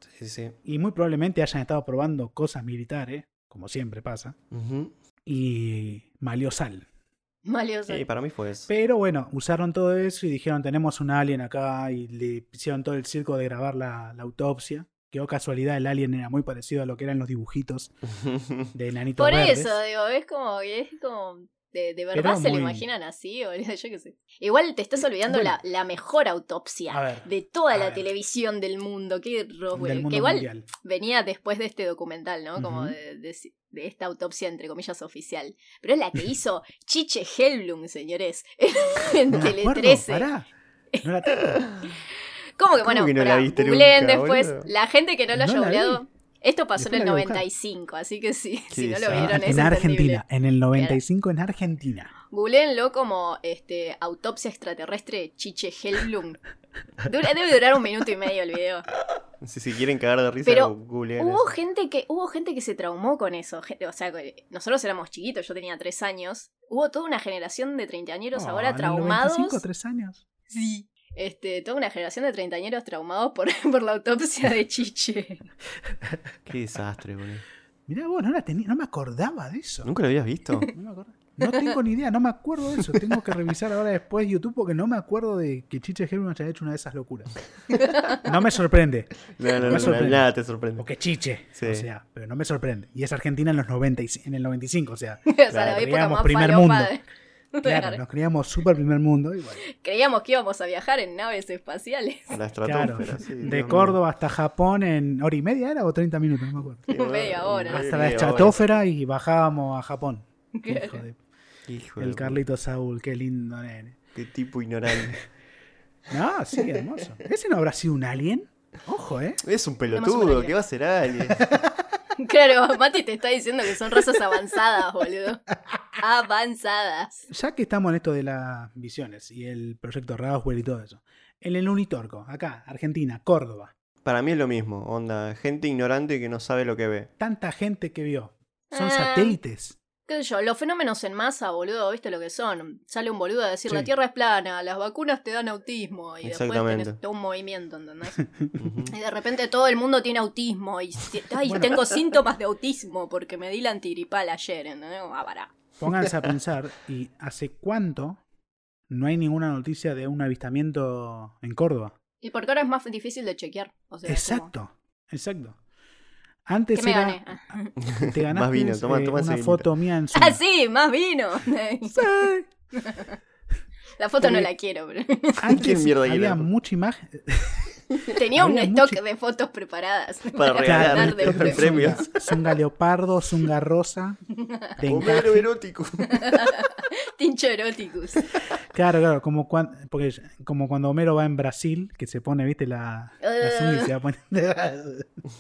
S3: Sí, sí. sí.
S2: Y muy probablemente hayan estado probando cosas militares, como siempre pasa,
S3: Ujú.
S2: y malió sal.
S4: Valioso.
S3: Sí, para mí fue eso.
S2: Pero bueno, usaron todo eso y dijeron, tenemos un alien acá, y le hicieron todo el circo de grabar la, la autopsia. Que oh casualidad, el alien era muy parecido a lo que eran los dibujitos de enanitos
S4: Por
S2: verdes.
S4: eso, digo, es como, es como ¿De, de
S2: Era
S4: verdad se lo
S2: muy- Eh,
S4: imaginan así? O, yo qué sé. Igual te estás olvidando
S2: Bueno.
S4: la, la mejor autopsia
S2: A ver,
S4: de toda
S2: a
S4: la
S2: ver.
S4: televisión del mundo. Qué Roswell.
S2: del mundo
S4: pues, que igual
S2: mundial.
S4: venía después de este documental, ¿no? Como
S2: Ujú.
S4: de, de- de esta autopsia, entre comillas, oficial. Pero es la que hizo Chiche Helblum, señores, en
S2: No me
S4: Tele
S2: acuerdo,
S4: 13.
S2: pará. No la tengo.
S4: ¿Cómo que,
S3: ¿Cómo
S4: bueno,
S3: que no la
S4: pará,
S3: viste
S4: googleen
S3: nunca,
S4: después.
S3: boludo?
S4: La gente que no lo haya
S2: No la
S4: googleado, esto pasó en
S2: Después
S4: el
S2: la voy a buscar.
S4: 95, así que sí, si no lo
S3: Quizá.
S4: vieron es
S2: en Argentina,
S4: entendible.
S2: en el 95 en Argentina.
S4: Googleenlo como este, autopsia extraterrestre Chiche Helblum. Dura- debe durar un minuto y medio el video.
S3: Si se quieren cagar de risa,
S4: Pero
S3: googleen
S4: Hubo
S3: eso.
S4: gente que hubo gente que se traumó con eso, gente- o sea, que nosotros éramos chiquitos, yo tenía tres años. Hubo toda una generación de treintañeros
S2: Oh, en
S4: ahora
S2: el
S4: traumados.
S2: 95, tres años.
S4: Sí. Este, toda una generación de treintañeros traumados por, por la autopsia de Chiche.
S3: Qué desastre, boludo.
S2: Mirá vos, no, la tenía, no me acordaba de eso.
S3: ¿Nunca lo habías visto?
S2: No, me acuerdo. No tengo ni idea, no me acuerdo de eso. Tengo que revisar ahora después YouTube porque no me acuerdo de que Chiche Helmut haya hecho una de esas locuras. No me sorprende.
S3: No, no,
S2: Me
S3: no, no,
S2: sorprende.
S3: nada te sorprende.
S2: O que Chiche.
S3: Sí.
S2: O sea, pero no me sorprende. Y es Argentina en los 90, y- en el 95, o sea.
S4: o sea,
S2: Claro,
S4: la época
S2: creíamos
S4: más
S2: primer
S4: falopa
S2: mundo.
S4: de-
S2: Claro, nos creíamos super primer mundo. y bueno.
S4: Creíamos que íbamos a viajar en naves espaciales.
S3: La
S2: Claro,
S3: estratosfera, sí, Dios
S2: de
S3: mío.
S2: Córdoba hasta Japón en hora y media era o 30 minutos, no me acuerdo.
S3: Qué bárbaro.
S4: Media hora.
S3: Media
S2: Hasta la
S3: hora.
S2: estratosfera y bajábamos a Japón. Hijo de-
S3: Hijo de
S2: el
S3: puta,
S2: Carlito Saúl, qué lindo nene.
S3: Qué tipo ignorante.
S2: No, sí, hermoso. ¿Ese no habrá sido un alien? Ojo, ¿eh?
S3: Es un
S4: una
S3: pelotudo,
S4: idea.
S3: ¿qué va a ser alguien?
S4: Claro, Mati te está diciendo que son razas avanzadas, boludo. Avanzadas.
S2: Ya que estamos en esto de las visiones y el proyecto Roswell y todo eso. En el Unitorco, acá, Argentina, Córdoba.
S3: Para mí es lo mismo, onda, gente ignorante que no sabe lo que ve.
S2: Tanta gente que vio. Son
S4: Ah.
S2: satélites.
S4: qué sé yo, los fenómenos en masa, boludo, ¿viste lo que son? Sale un boludo a decir,
S2: Sí.
S4: la Tierra es plana, las vacunas te dan autismo, y después
S3: Exactamente.
S4: tenés todo un movimiento, ¿entendés?
S3: Ujú.
S4: Y de repente todo el mundo tiene autismo, y si- ay,
S2: Bueno.
S4: tengo síntomas de autismo porque me di la antiripal ayer, ¿entendés? Ah, pará.
S2: Pónganse a pensar, ¿y hace cuánto no hay ninguna noticia de un avistamiento en Córdoba?
S4: Y porque ahora es más difícil de chequear. O sea, es como,
S2: Exacto, exacto. Antes
S4: ¿Qué me
S2: era-
S4: gané? Ah.
S2: te ganaste
S3: Más vino, toma-
S2: eh,
S3: toma ese
S2: una
S3: vinito.
S2: foto mía en Zoom.
S4: Ah, sí, más vino. la foto no
S2: Porque-
S4: la quiero, pero
S2: Antes
S3: mierda
S2: había
S3: hiela?
S2: mucha imagen,
S4: tenía un
S2: Había
S4: stock
S2: mucho-
S4: de fotos preparadas
S3: Para regalar
S4: dar
S3: de
S4: premio.
S3: premios.
S2: Zunga leopardo, zunga rosa. de
S3: Homero
S2: encaje.
S3: erótico.
S4: Tincho eroticus.
S2: Claro, claro, como cuando, porque, como cuando Homero va en Brasil, que se pone, viste, la, la
S4: Ah.
S2: zunga y se va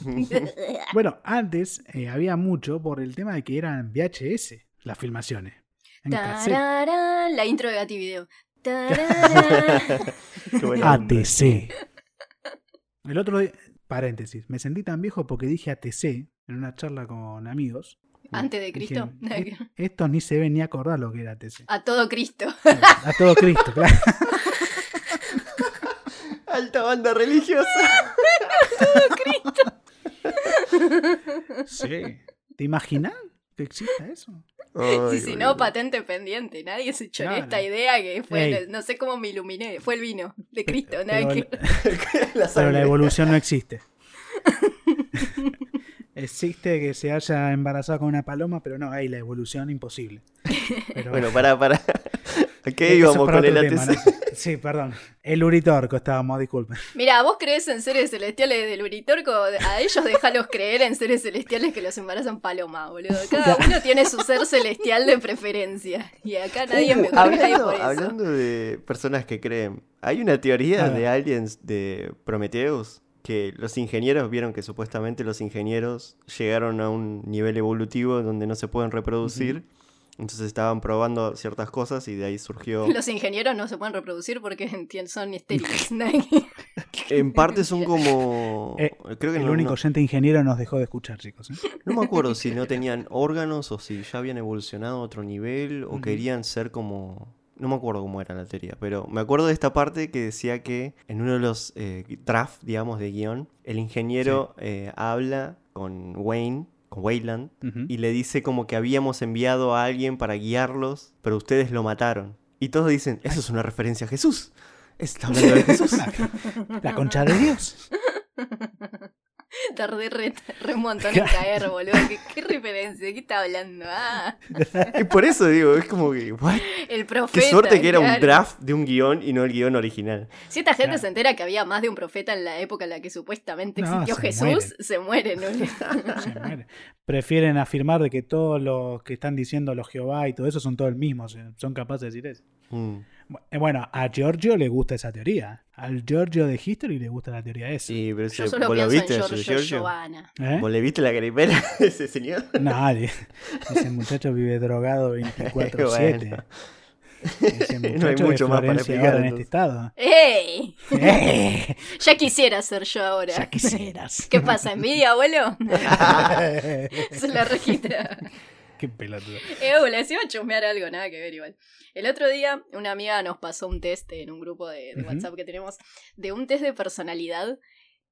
S2: poniendo. bueno, antes eh, había mucho por el tema de que eran VHS las filmaciones. En cassette.
S4: Tararán, la intro de Gativideo. Tararán.
S3: Qué bueno.
S2: ATC. El otro día, paréntesis, me sentí tan viejo porque dije ATC en una charla con amigos.
S4: Antes de Cristo.
S2: Dije, "Est- Estos ni se ven ni acordar lo que era ATC.
S4: A todo Cristo.
S2: A todo Cristo, claro.
S3: Alta banda religiosa.
S2: Sí. ¿Te imaginas que exista eso?
S4: Y
S3: Ay,
S4: si
S3: boludo.
S4: no, patente pendiente. Nadie se echó
S2: Claro.
S4: esta idea que fue.
S2: Ey.
S4: el- no sé cómo me iluminé. Fue el vino de Cristo. nada
S2: Pero, la-
S4: que-
S3: La
S2: pero la
S3: sangre.
S2: evolución no existe. Existe que se haya embarazado con una paloma, pero no, hay la evolución imposible. Pero
S3: Bueno, pará, pará. ¿A qué
S2: eso es
S3: íbamos
S2: para
S3: con el
S2: otro tema,
S3: ATC?
S2: ¿no? Sí, perdón. El uritorco estábamos, disculpen.
S4: Mira, vos crees en seres celestiales del Uritorco. A ellos dejalos creer en seres celestiales que los embarazan paloma, boludo. Cada uno tiene su ser celestial de preferencia. Y acá nadie me mejor que nadie
S3: hablando,
S4: por eso.
S3: hablando de personas que creen, hay una
S2: A
S3: teoría
S2: ver.
S3: de aliens de Prometheus que los ingenieros vieron que supuestamente los ingenieros llegaron a un nivel evolutivo donde no se pueden reproducir. Entonces estaban probando ciertas cosas y de ahí surgió.
S4: Los ingenieros no se pueden reproducir porque entien- son estériles. Nadie-
S3: En parte son como.
S2: Eh,
S3: creo que
S2: El
S3: no,
S2: único
S3: no-
S2: oyente ingeniero nos dejó de escuchar, chicos. ¿eh?
S3: no me acuerdo si no tenían órganos o si ya habían evolucionado a otro nivel o
S2: Ujú.
S3: querían ser como. No me acuerdo cómo era la teoría, pero me acuerdo de esta parte que decía que en uno de los eh, drafts, digamos, de guión, el ingeniero eh, habla con Wayne, con Wayland,
S2: Ujú.
S3: y le dice como que habíamos enviado a alguien para guiarlos, pero ustedes lo mataron. Y todos dicen, eso es una referencia a Jesús. Está hablando de Jesús.
S2: La concha de Dios.
S4: Tardé re, re un montón en caer, boludo. ¿Qué, qué referencia? ¿De qué está hablando? Ah,
S3: Y por eso digo, es como que, ¿what?
S4: el
S3: Qué
S4: profeta.
S3: suerte que era un
S4: claro.
S3: draft de un guión y no el guión original.
S4: Si esta gente
S2: Claro.
S4: se entera que había más de un profeta en la época en la que supuestamente
S2: No,
S4: existió
S2: se
S4: Jesús, se mueren. ¿no?
S2: Se muere. Prefieren afirmar de que todos los que están diciendo los Jehová y todo eso son todos el mismo. o sea, Son capaces de decir eso.
S3: Mm.
S2: Bu- eh, Bueno, a Giorgio le gusta esa teoría. Al Giorgio de History le gusta la teoría esa.
S3: Sí, pero
S4: Yo
S3: ese-
S4: solo
S3: ¿vos lo
S4: pienso
S3: viste,
S4: en
S3: ese
S4: Giorgio
S3: Giorgio?
S4: Giovanna.
S2: ¿Eh?
S3: ¿Vos le viste la gripera a ese señor?
S2: Nadie. Ese muchacho vive drogado 24-7.
S3: Bueno.
S2: Ese
S3: No hay
S2: muchacho de
S3: mucho más para
S2: Florencia
S3: explicar,
S2: ahora en este
S3: entonces.
S2: estado.
S4: ¡Ey!
S2: ¡Eh!
S4: Ya quisiera ser yo ahora.
S2: Ya quisieras.
S4: ¿Qué pasa? ¿Envidia, abuelo? Se la registra.
S2: Qué pelotudo.
S4: Eh, hola, si iba a chusmear algo, nada que ver igual. El otro día, una amiga nos pasó un test en un grupo de, de
S2: Ujú.
S4: WhatsApp que tenemos, de un test de personalidad,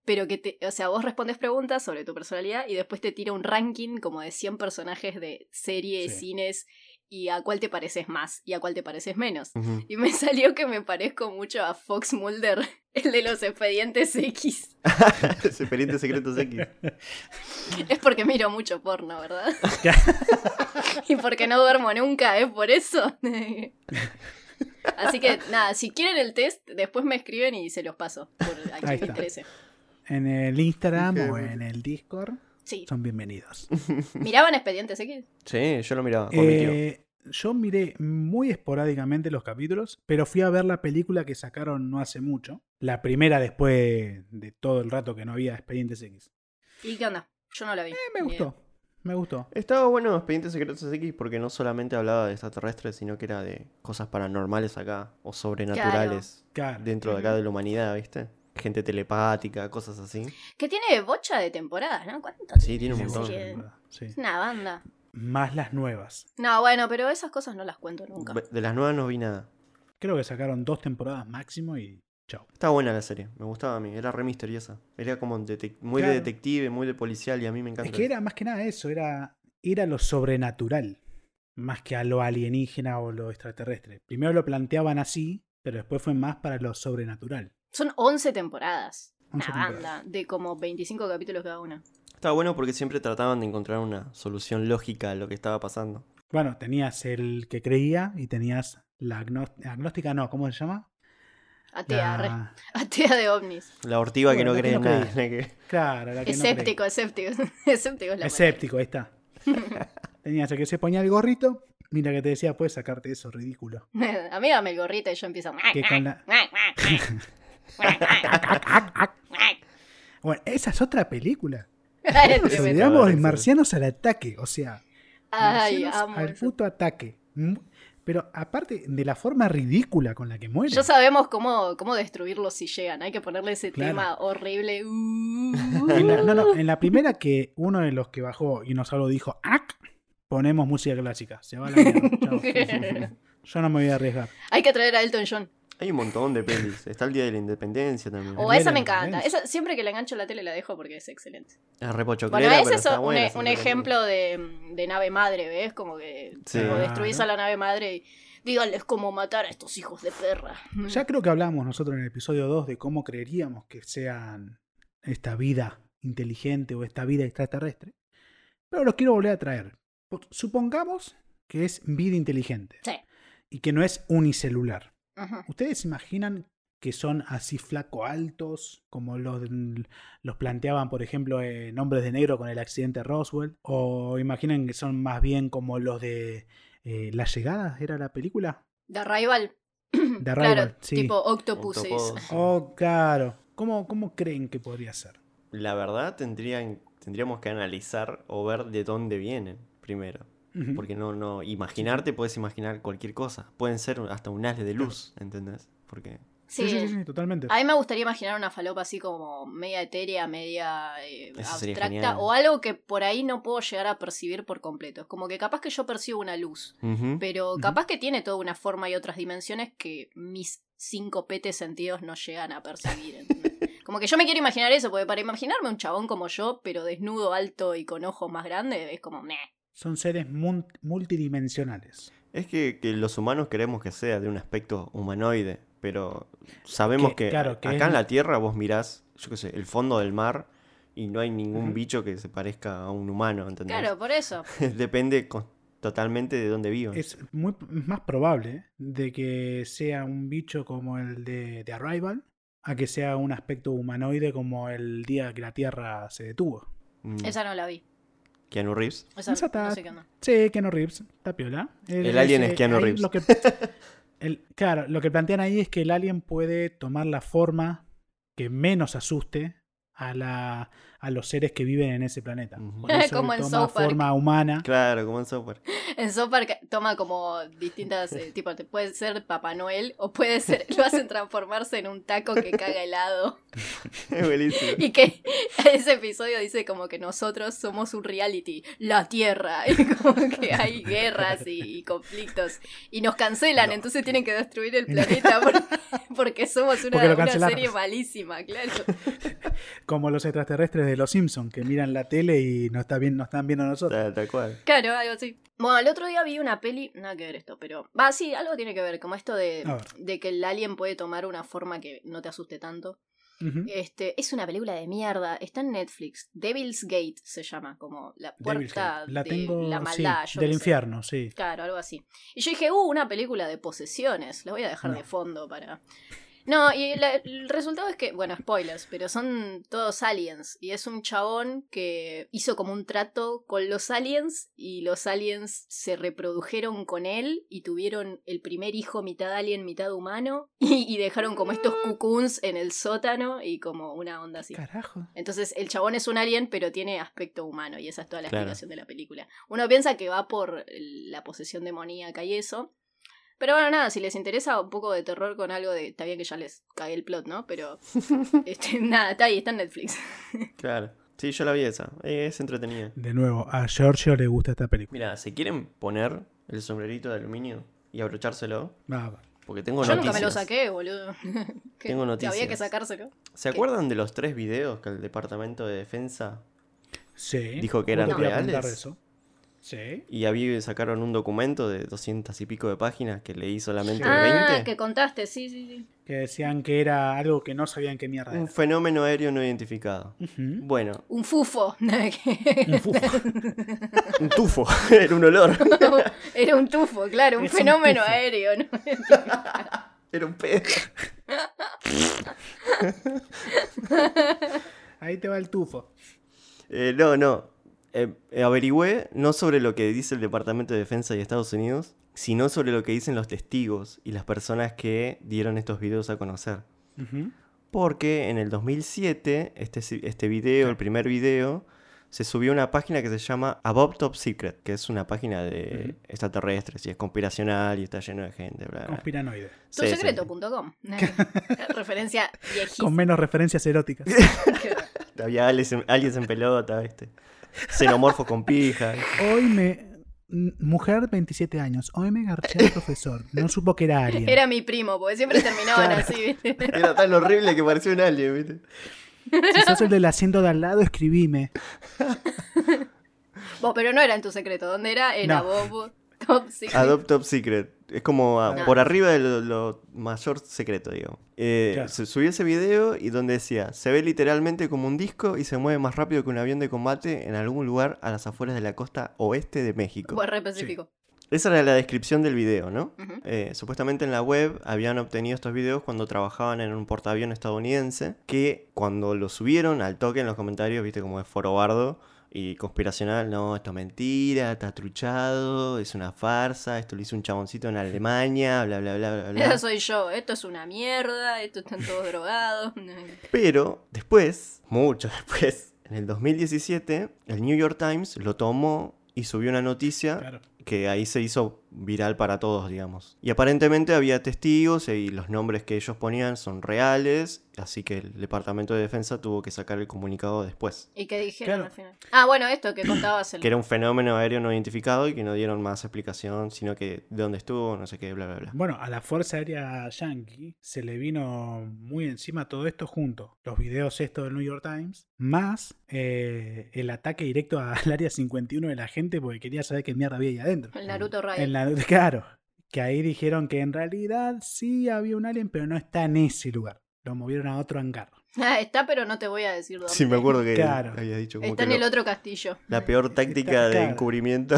S4: pero que te, o sea, vos respondes preguntas sobre tu personalidad y después te tira un ranking como de 100 personajes de series,
S2: Sí.
S4: cines y a cuál te pareces más y a cuál te pareces menos.
S2: este-
S3: Ujú.
S4: Y me salió que me parezco mucho a Fox Mulder, el de los expedientes X.
S3: Ese Expediente Secretos X.
S4: Es porque miro mucho porno, ¿verdad? y porque no duermo nunca, ¿es por eso? Así que nada, si quieren el test, después me escriben y se los paso por a
S2: Ahí
S4: quien le
S2: está.
S4: interese.
S2: En el Instagram
S3: Qué
S2: o
S3: bueno.
S2: en el Discord
S4: Sí.
S2: son bienvenidos.
S4: ¿Miraban expedientes X?
S3: Sí, yo lo miraba con mi tío.
S2: Eh, yo miré muy esporádicamente los capítulos, pero fui a ver la película que sacaron no hace mucho. La primera después de todo el rato que no había Expedientes X.
S4: ¿Y qué onda? Yo no la vi.
S2: Eh, me
S4: Ni idea.
S2: gustó, me gustó.
S3: Estaba bueno Expedientes Secretos X porque no solamente hablaba de extraterrestres, sino que era de cosas paranormales acá o sobrenaturales
S2: Claro. eh,
S3: dentro de acá de la humanidad, ¿viste? Gente telepática, cosas así.
S4: Que tiene bocha de temporadas, ¿no? ¿Cuánto?
S3: Sí, tiene un
S2: Sí,
S4: Así
S3: montón.
S4: que-
S2: sí.
S4: Es una banda.
S2: Más las nuevas.
S4: No, bueno, pero esas cosas no las cuento nunca.
S3: De las nuevas no vi nada.
S2: Creo que sacaron dos temporadas máximo y chao.
S3: Estaba buena la serie, me gustaba a mí, era re misteriosa. Era como detec- muy de
S2: Claro.
S3: detective, muy de policial y a mí me encanta.
S2: Es que era más que nada eso, era, era lo sobrenatural, más que a lo alienígena o lo extraterrestre. Primero lo planteaban así, pero después fue más para lo sobrenatural.
S4: Son 11 temporadas.
S2: 11
S4: una
S2: temporadas.
S4: banda de como 25 capítulos cada una.
S3: Estaba bueno porque siempre trataban de encontrar una solución lógica a lo que estaba pasando.
S2: Bueno, tenías el que creía y tenías la agnós- agnóstica, no, ¿cómo se llama?
S4: Atea, re-
S2: La-
S4: atea de ovnis.
S3: La ortiva
S2: Bueno,
S3: que
S2: la
S3: no
S2: que
S3: cree en
S2: no
S3: nada. la que-
S2: Claro, la que no creía.
S4: Escéptico, escéptico. Escéptico es la
S2: Escéptico, ahí está. tenías el que se ponía el gorrito, mira que te decía, puedes sacarte eso, ridículo.
S4: palabra. A mí dame el gorrito y yo empiezo.
S2: Que con la- Bueno, esa es otra película.
S4: Tremendo.
S3: Tremendo.
S2: Digamos, marcianos al ataque, o sea...
S4: Ay,
S2: Marcianos
S4: amo.
S2: al
S4: eso.
S2: puto ataque. Mm, Pero aparte de la forma ridícula con la que muere.
S4: Ya sabemos cómo, cómo destruirlos si llegan. Hay que ponerle ese
S2: Claro.
S4: tema horrible. Uh.
S2: En la, no, no, en la primera que uno de los que bajó y nos habló dijo ¡Ac! Ponemos música clásica. Se va la mierda. Chao. Yo no me voy a arriesgar.
S4: Hay que traer a Elton John.
S3: Hay un montón de pelis. Está el Día de la Independencia también.
S4: O
S2: Día de
S4: esa
S2: la
S4: me encanta.
S2: Independencia.
S4: Esa, siempre que la engancho a la tele la dejo porque es excelente.
S3: Es re pochoclera,
S4: Bueno, ese
S3: pero
S4: es
S3: está
S4: un,
S3: buena,
S4: e-
S3: esa
S4: un
S3: película.
S4: ejemplo de, de nave madre, ¿ves? Como que
S3: Sí.
S4: tipo, destruís a
S2: Claro.
S4: la nave madre y díganles cómo matar a estos hijos de perra.
S2: Ya creo que hablamos nosotros en el episodio 2 de cómo creeríamos que sean esta vida inteligente o esta vida extraterrestre. Pero los quiero volver a traer. Pues, Supongamos que es vida inteligente.
S4: Sí.
S2: Y que no es unicelular.
S4: Ujú.
S2: ¿Ustedes se imaginan que son así flaco altos, como los, los planteaban, por ejemplo, en Hombres de Negro con el accidente de Roswell? ¿O imaginan que son más bien como los de eh, La Llegada? ¿Era la película?
S4: De Arrival.
S2: De Arrival,
S4: Claro,
S2: sí.
S4: tipo octopuses.
S3: Octopus.
S2: Oh, claro. ¿Cómo, cómo creen que podría ser?
S3: La verdad, tendrían, tendríamos que analizar o ver de dónde vienen primero.
S2: Ujú.
S3: Porque no, no, imaginarte, puedes imaginar cualquier cosa. Pueden ser hasta un haz de luz, ¿entendés? Porque
S2: Sí,
S4: Sí.
S2: sí, sí, sí, totalmente.
S4: A mí me gustaría imaginar una falopa así como media etérea, media eh,
S3: Eso sería
S4: abstracta
S3: genial.
S4: o algo que por ahí no puedo llegar a percibir por completo. Es como que capaz que yo percibo una luz.
S3: Ujú.
S4: Pero
S2: Ujú.
S4: capaz que tiene toda una forma y otras dimensiones que mis cinco petes sentidos no llegan a percibir. ¿entendés? Como que yo me quiero imaginar eso, porque para imaginarme un chabón como yo, pero desnudo, alto y con ojos más grandes, es como meh.
S2: Son seres mun- multidimensionales.
S3: es que, que los humanos queremos que sea de un aspecto humanoide. Pero sabemos
S2: Que,
S3: que,
S2: claro, que
S3: acá
S2: es-
S3: en la Tierra vos mirás, yo qué sé, el fondo del mar y no hay ningún
S2: Ujú.
S3: bicho que se parezca a un humano, ¿entendés?
S4: Claro, por eso.
S3: Depende con- totalmente de dónde vivan.
S2: Es muy es más probable ¿eh? de que sea un bicho como el de, de Arrival a que sea un aspecto humanoide como el día que la Tierra se detuvo.
S3: Mm,
S4: Esa no la vi.
S3: Keanu Reeves.
S4: Esa,
S2: Esa está-
S4: no sé qué onda.
S2: Sí, Keanu Reeves, tapiola.
S3: El alien es Keanu Reeves.
S2: eh, Lo que, el- claro, lo que plantean ahí es que el alien puede tomar la forma que menos asuste a, la, a los seres que viven en ese planeta.
S3: Ujú.
S2: Por eso
S4: Como en
S2: toma
S4: South Park.
S2: forma humana.
S3: Claro, como en software.
S4: En South Park toma como distintas, eh, tipo, te puede ser Papá Noel o puede ser, lo hacen transformarse en un taco que caga helado.
S3: Es buenísimo.
S4: Y que ese episodio dice como que nosotros somos un reality, la Tierra, y como que hay guerras y, y conflictos, y nos cancelan,
S2: No.
S4: entonces tienen que destruir el planeta por- porque, somos una,
S2: Porque lo
S4: una
S2: cancelaron.
S4: serie malísima, claro.
S2: Como los extraterrestres de los Simpsons que miran la tele y no, está bien, no están viendo a nosotros.
S3: Tal, tal cual.
S4: Claro, algo así. Bueno, el otro día vi una peli, nada que ver esto, pero... Va, sí, algo tiene que ver, como esto de,
S2: A ver.
S4: de que el alien puede tomar una forma que no te asuste tanto.
S2: Ujú.
S4: Este, es una película de mierda, está en Netflix, Devil's Gate se llama, como la
S2: Devil's
S4: puerta
S2: Gate. la
S4: de
S2: tengo
S4: la
S2: sí,
S4: maldad, yo
S2: del
S4: qué sé.
S2: infierno, sí.
S4: Claro, algo así. Y yo dije, uh, una película de posesiones. La voy a dejar
S2: No.
S4: de fondo para. No, y la- el resultado es que, bueno, spoilers, pero son todos aliens. Y es un chabón que hizo como un trato con los aliens y los aliens se reprodujeron con él y tuvieron el primer hijo mitad alien, mitad humano y, y dejaron como estos
S2: Ah.
S4: cucuns en el sótano y como una onda así.
S2: Carajo.
S4: Entonces el chabón es un alien pero tiene aspecto humano y esa es toda la
S3: Claro.
S4: explicación de la película. Uno piensa que va por la posesión demoníaca y eso. Pero bueno, nada, si les interesa un poco de terror con algo de... Está bien que ya les cagué el plot, ¿no? Pero... este, nada, está ahí, está en Netflix.
S3: Claro. Sí, yo la vi esa. Eh, es entretenida.
S2: De nuevo, a Giorgio le gusta esta película.
S3: Mira, ¿se quieren poner el sombrerito de aluminio y abrochárselo?
S2: Va, va.
S3: Porque tengo
S4: Yo
S3: noticias.
S4: nunca me lo saqué, boludo. Que-
S3: Tengo
S4: que Había
S3: noticias.
S4: que sacárselo.
S3: ¿Se
S4: ¿Qué?
S3: acuerdan de los tres videos que el Departamento de Defensa
S2: Sí.
S3: Dijo que
S2: Justo
S3: eran
S2: te iba a
S3: reales.
S2: preguntar eso. Sí.
S3: y había sacaron un documento de 200 y pico de páginas que leí solamente
S2: Sí.
S4: Ah,
S3: 20?
S4: que contaste, sí, sí, sí.
S2: Que decían que era algo que no sabían qué mierda era.
S3: Un fenómeno aéreo no identificado.
S2: Ujú.
S3: Bueno,
S4: Un fufo. Nada que-
S2: Un fufo.
S3: un tufo, era un olor,
S4: Era un tufo, claro, un
S2: Es un
S4: fenómeno
S2: tufo.
S4: aéreo, ¿no?
S3: era un pedo.
S2: Ahí te va el tufo.
S3: Eh, no, no. Eh, eh, averigüé no sobre lo que dice el Departamento de Defensa de Estados Unidos, sino sobre lo que dicen los testigos y las personas que dieron estos videos a conocer.
S2: Ujú.
S3: Porque en el 2007, este, si- este video, el primer video, se subió a una página que se llama Above Top Secret, que es una página de
S2: Ujú.
S3: extraterrestres y es conspiracional y está lleno de gente. Bla, bla.
S2: Conspiranoide.
S3: Sí, sí.
S4: Tusecreto.com. Referencia viejísima.
S2: Con menos referencias eróticas.
S3: Había aliens en, aliens en pelota, ¿viste? Xenomorfos con pija.
S2: Hoy me. m- Mujer, 27 años. Hoy me garché al profesor. No supo que era alguien.
S4: Era mi primo, porque siempre terminaban
S2: Claro.
S4: así, ¿viste?
S3: Era tan horrible que parecía un alien, ¿viste?
S2: Si sos el del asiento de al lado, escribime.
S4: Vos, pero no era en tu secreto. ¿Dónde era? Era
S2: No.
S4: Bobo Top Secret.
S3: Adopt Top Secret. Es como ah,
S4: Ah.
S3: por arriba de lo, lo mayor secreto, digo. Eh,
S2: Claro.
S3: se- Subí ese video y donde decía, se ve literalmente como un disco y se mueve más rápido que un avión de combate en algún lugar a las afueras de la costa oeste de México.
S4: Bueno, re específico.
S3: Esa era la descripción del video, ¿no?
S4: Ujú.
S3: Eh, supuestamente en la web habían obtenido estos videos cuando trabajaban en un portaavión estadounidense que cuando lo subieron al toque en los comentarios, viste como es forobardo y conspiracional, no, esto es mentira, está truchado, es una farsa, esto lo hizo un chaboncito en Alemania, bla, bla, bla, bla,
S4: Esa
S3: bla.
S4: soy yo. Esto es una mierda. Esto están todos drogados.
S3: Pero después, mucho después, en el 2017, el New York Times lo tomó y subió una noticia
S2: Claro.
S3: que ahí se hizo viral para todos, digamos. Y aparentemente había testigos y los nombres que ellos ponían son reales, así que el Departamento de Defensa tuvo que sacar el comunicado después.
S4: ¿Y qué dijeron
S2: Claro.
S4: al final? Ah, bueno, esto que contabas. El...
S3: Que era un fenómeno aéreo no identificado y que no dieron más explicación, sino que de dónde estuvo, no sé qué, bla, bla, bla.
S2: Bueno, a la Fuerza Aérea Yankee se le vino muy encima todo esto junto. Los videos estos del New York Times, más eh, el ataque directo al Área 51 de la gente porque quería saber qué mierda había ahí adentro.
S4: El Naruto Ray.
S2: En la- claro, que ahí dijeron que en realidad sí había un alien, pero no está en ese lugar. Lo movieron a otro hangar.
S4: Ah, está, pero no te voy a decir dónde.
S3: Sí, me acuerdo que
S2: Claro.
S3: había dicho como
S4: está
S3: que
S4: en el
S3: lo-
S4: otro castillo.
S3: la peor táctica de
S2: claro.
S3: encubrimiento.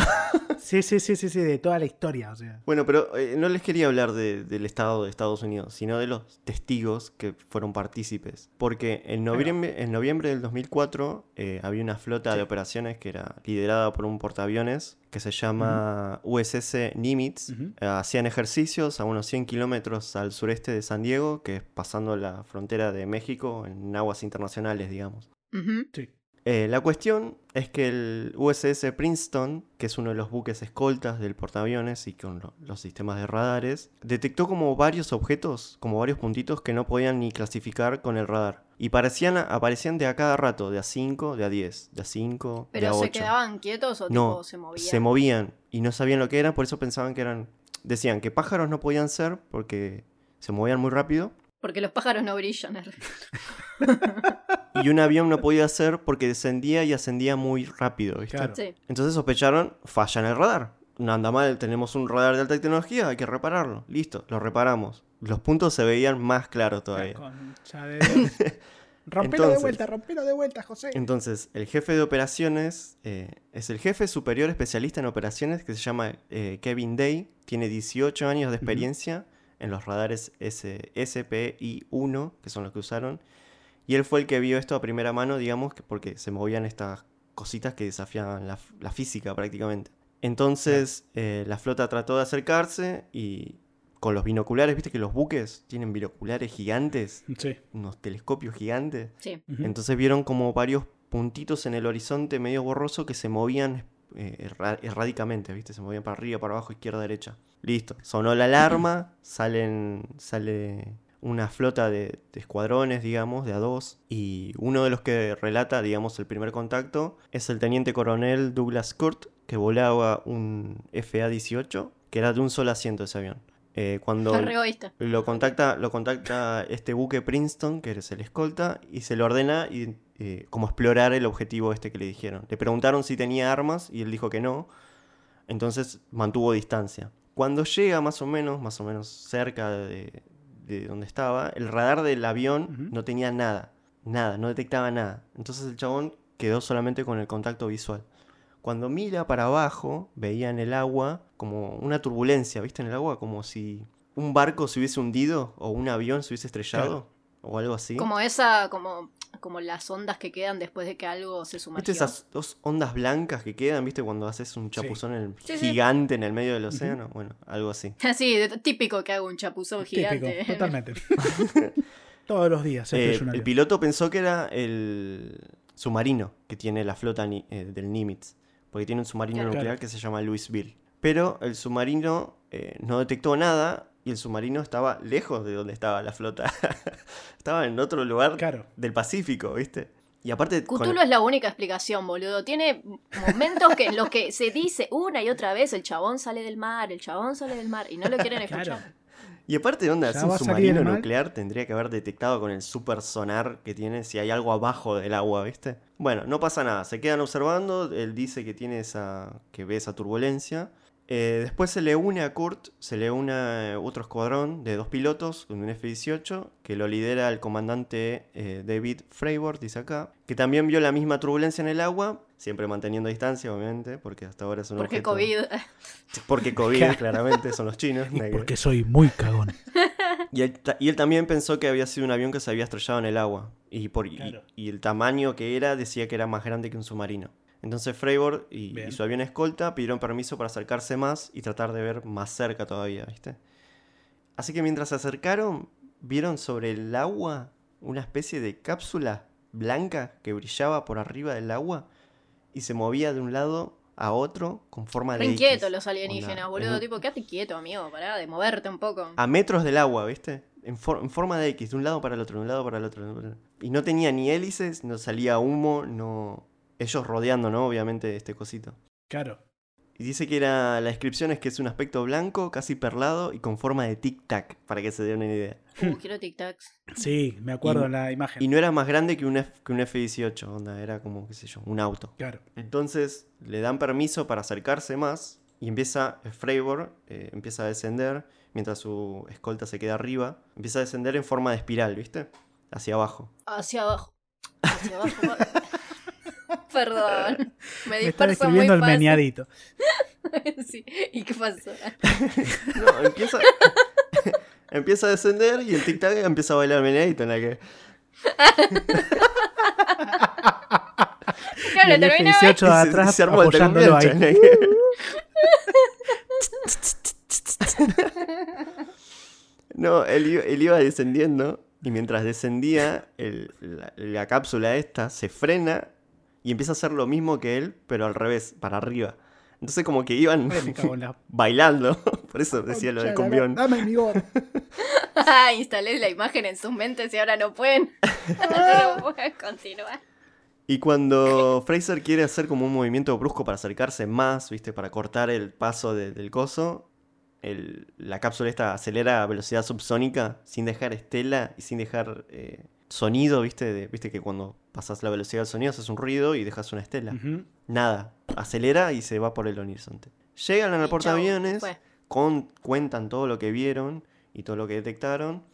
S2: Sí, sí, sí, sí, sí, de toda la historia. O sea.
S3: Bueno, pero eh, no les quería hablar de- del Estado de Estados Unidos, sino de los testigos que fueron partícipes. Porque en noviembre, en noviembre del 2004 eh, había una flota de operaciones que era liderada por un portaaviones que se llama USS Nimitz.
S2: Ujú.
S3: Eh, Hacían ejercicios a unos 100 kilómetros al sureste de San Diego, que es pasando la frontera de México en aguas internacionales, digamos.
S4: Ujú.
S2: Sí.
S3: Eh, la cuestión es que el USS Princeton, que es uno de los buques escoltas del portaaviones y con lo- los sistemas de radares, detectó como varios objetos, como varios puntitos que no podían ni clasificar con el radar. Y parecían, a- aparecían de a cada rato, de a 5, de a 10, de a 5, de
S4: ¿Pero
S3: a
S4: se
S3: 8.
S4: quedaban quietos o
S3: No,
S4: tipo se movían?
S3: Se movían y no sabían lo que eran, por eso pensaban que eran... Decían que pájaros no podían ser porque se movían muy rápido.
S4: Porque los pájaros no brillan.
S3: Y un avión no podía ser porque descendía y ascendía muy rápido, ¿viste?
S2: Claro.
S4: Sí.
S3: Entonces sospecharon, falla en el radar. No anda mal, tenemos un radar de alta tecnología, hay que repararlo. Listo, lo reparamos. Los puntos se veían más claros
S2: La
S3: todavía.
S2: concha de Dios. rompelo de
S3: Entonces.
S2: vuelta, rompelo de vuelta, José.
S3: Entonces, el jefe de operaciones eh, es el jefe superior especialista en operaciones que se llama eh, Kevin Day. Tiene 18 años de experiencia en los radares S- SPI-1, que son los que usaron. Y él fue el que vio esto a primera mano, digamos, que- porque se movían estas cositas que desafiaban la, f- la física prácticamente. Entonces, eh, la flota trató de acercarse y con los binoculares, viste que los buques tienen binoculares gigantes,
S2: Sí.
S3: unos telescopios gigantes.
S4: Sí.
S2: Ujú.
S3: Entonces vieron como varios puntitos en el horizonte medio borroso que se movían eh, erra- erráticamente, ¿viste? Se movían para arriba, para abajo, izquierda, derecha. Listo. Sonó la alarma, salen, sale una flota de, de escuadrones, digamos, de a dos. Y uno de los que relata, digamos, el primer contacto es el teniente coronel Douglas Kurt, que volaba un FA-18, que era de un solo asiento ese avión. Eh, cuando
S4: Es re egoísta.
S3: lo contacta, lo contacta este buque Princeton, que es el escolta, y se le ordena y, eh, como explorar el objetivo este que le dijeron. Le preguntaron si tenía armas y él dijo que no, entonces mantuvo distancia. Cuando llega más o menos, más o menos cerca de, de donde estaba, el radar del avión
S2: Ujú.
S3: no tenía nada, nada, no detectaba nada. Entonces el chabón quedó solamente con el contacto visual. Cuando mira para abajo, veía en el agua como una turbulencia, ¿viste? En el agua, como si un barco se hubiese hundido o un avión se hubiese estrellado o algo así.
S4: Como esa, como, como las ondas que quedan después de que algo se
S3: ¿Viste
S4: sumergió.
S3: esas dos ondas blancas que quedan, viste? Cuando haces un chapuzón en el-
S4: Sí, sí.
S3: gigante en el medio del océano. Bueno, algo así.
S4: Sí, de- típico que hago un chapuzón gigante.
S2: Típico, totalmente. Todos los días. se
S3: Eh,
S2: estrella un
S3: el
S2: avión.
S3: piloto pensó que era el submarino que tiene la flota ni- eh, del Nimitz, porque tiene un submarino
S4: Claro.
S3: nuclear que se llama Louisville. Pero el submarino eh, no detectó nada y el submarino estaba lejos de donde estaba la flota. estaba en otro lugar
S2: Claro.
S3: del Pacífico, ¿viste? Y aparte... con-
S4: Cthulhu es la única explicación, boludo. Tiene momentos que en los que se dice una y otra vez el chabón sale del mar, el chabón sale del mar, y no lo quieren escuchar.
S2: Claro.
S3: Y aparte, onda,
S2: Ya
S3: si un
S2: va a salir
S3: submarino
S2: el mal.
S3: nuclear tendría que haber detectado con el super sonar que tiene si hay algo abajo del agua, ¿viste? Bueno, no pasa nada, se quedan observando, él dice que tiene esa. que ve esa turbulencia. Eh, después se le une a Kurt, se le une a eh, otro escuadrón de dos pilotos, con un F-18, que lo lidera el comandante eh, David Freibord, dice acá, que también vio la misma turbulencia en el agua, siempre manteniendo distancia, obviamente, porque hasta ahora es un
S4: Porque
S3: objeto-
S4: COVID.
S3: Porque COVID, claramente, son los chinos.
S2: Y
S3: nada que-
S2: porque soy muy cagón.
S3: y él, ta- y él también pensó que había sido un avión que se había estrellado en el agua. Y, por, y-
S2: Claro.
S3: y el tamaño que era decía que era más grande que un submarino. Entonces Freibord y,
S2: Bien.
S3: y su avión escolta pidieron permiso para acercarse más y tratar de ver más cerca todavía, ¿viste? Así que mientras se acercaron, vieron sobre el agua una especie de cápsula blanca que brillaba por arriba del agua y se movía de un lado a otro con forma
S4: Re
S3: de...
S4: inquietos
S3: X.
S4: los alienígenas,
S3: Onda,
S4: boludo.
S3: en-
S4: Tipo, quédate quieto, amigo, pará de moverte un poco.
S2: Ah.
S3: a metros del agua, ¿viste? En, for- en forma de X, de un lado para el otro, de un lado para el otro. de un lado para el otro. Y no tenía ni hélices, no salía humo, no... Ellos rodeando, ¿no? Obviamente este cosito.
S2: Claro.
S3: Y dice que era... La descripción es que es un aspecto blanco, casi perlado y con forma de tic-tac, para que se den una idea.
S4: Uh, quiero tic-tacs.
S2: Sí, me acuerdo
S3: Y-
S2: en la imagen.
S3: Y no era más grande que un, F- que un F-18, onda, era como, qué sé yo, un auto.
S2: Claro.
S3: Entonces le dan permiso para acercarse más y empieza eh, Freibor, eh, empieza a descender mientras su escolta se queda arriba. Empieza a descender en forma de espiral, ¿viste? hacia abajo.
S4: Hacia abajo. Hacia abajo. Perdón. Me
S2: Me está
S4: disperso muy
S2: describiendo el
S4: fácil.
S2: meneadito.
S4: Sí. ¿Y qué pasó?
S3: No, empieza, empieza a descender y el tic-tac empieza a bailar menedito en la que.
S2: Y
S4: Claro,
S2: el
S4: terminó.
S2: F-18 de
S3: y se-
S2: atrás
S3: se armó el
S2: apoyándolo
S3: termiancha en
S2: ahí.
S3: la que- No, él, i- él iba descendiendo y mientras descendía, el- la, la cápsula esta se frena y empieza a hacer lo mismo que él, pero al revés, para arriba. Entonces como que iban
S2: Ay, me cago en la-
S3: bailando, por eso decía lo del cumbión.
S2: Dame mi gol.
S4: Ah, instalé la imagen en sus mentes y ahora no pueden. no pueden continuar.
S3: Y cuando Fraser quiere hacer como un movimiento brusco para acercarse más, ¿viste? Para cortar el paso de- del coso, el- la cápsula esta acelera a velocidad subsónica sin dejar estela y sin dejar eh, sonido, ¿viste? De- ¿Viste que cuando pasas la velocidad del sonido haces un ruido y dejas una estela?
S2: Ujú.
S3: Nada, acelera y se va por el horizonte. Llegan
S4: Y
S3: al
S4: chau,
S3: portaaviones,
S4: fue.
S3: con- cuentan todo lo que vieron y todo lo que detectaron.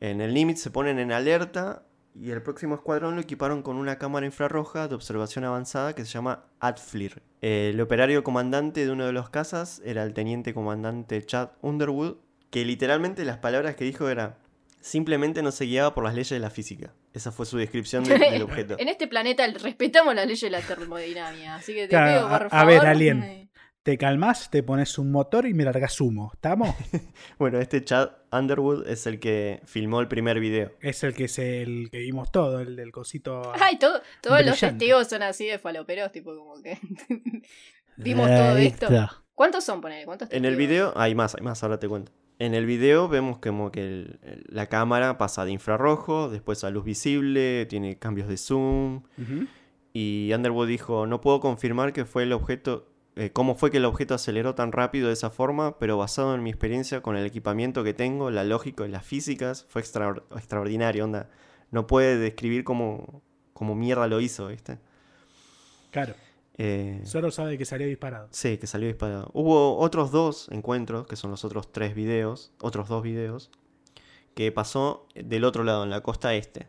S3: En el límite se ponen en alerta y el próximo escuadrón lo equiparon con una cámara infrarroja de observación avanzada que se llama ADFLIR. El operario comandante de uno de los cazas era el teniente comandante Chad Underwood, que literalmente las palabras que dijo era simplemente no se guiaba por las leyes de la física. Esa fue su descripción de- del objeto.
S4: En este planeta respetamos las leyes de la termodinámica, así que te
S2: Claro,
S4: pido,
S2: a-
S4: por
S2: a
S4: favor.
S2: ver, alien. Te calmas, te pones un motor y me largas humo. ¿Estamos?
S3: Bueno, este Chad Underwood es el que filmó el primer video.
S2: Es el que es el que vimos todo, el del cosito.
S4: Ay, todo- todos los
S2: Brillante.
S4: testigos son así de faloperos, tipo como que. vimos todo esto.
S2: Listo.
S4: ¿Cuántos son, ponele? ¿Cuántos
S3: En el
S4: testigos?
S3: video, hay más, hay más, ahora te cuento. En el video vemos como que el- el- la cámara pasa de infrarrojo, después a luz visible, tiene cambios de zoom.
S2: Ujú.
S3: Y Underwood dijo, no puedo confirmar que fue el objeto, eh, cómo fue que el objeto aceleró tan rápido de esa forma, pero basado en mi experiencia con el equipamiento que tengo, la lógica y las físicas, fue extraor- extraordinario, onda. No puede describir cómo, cómo mierda lo hizo, ¿viste?
S2: Claro.
S3: Eh,
S2: Solo sabe que salió disparado.
S3: Sí, que salió disparado. Hubo otros dos encuentros, que son los otros tres videos, otros dos videos, que pasó del otro lado, en la costa este.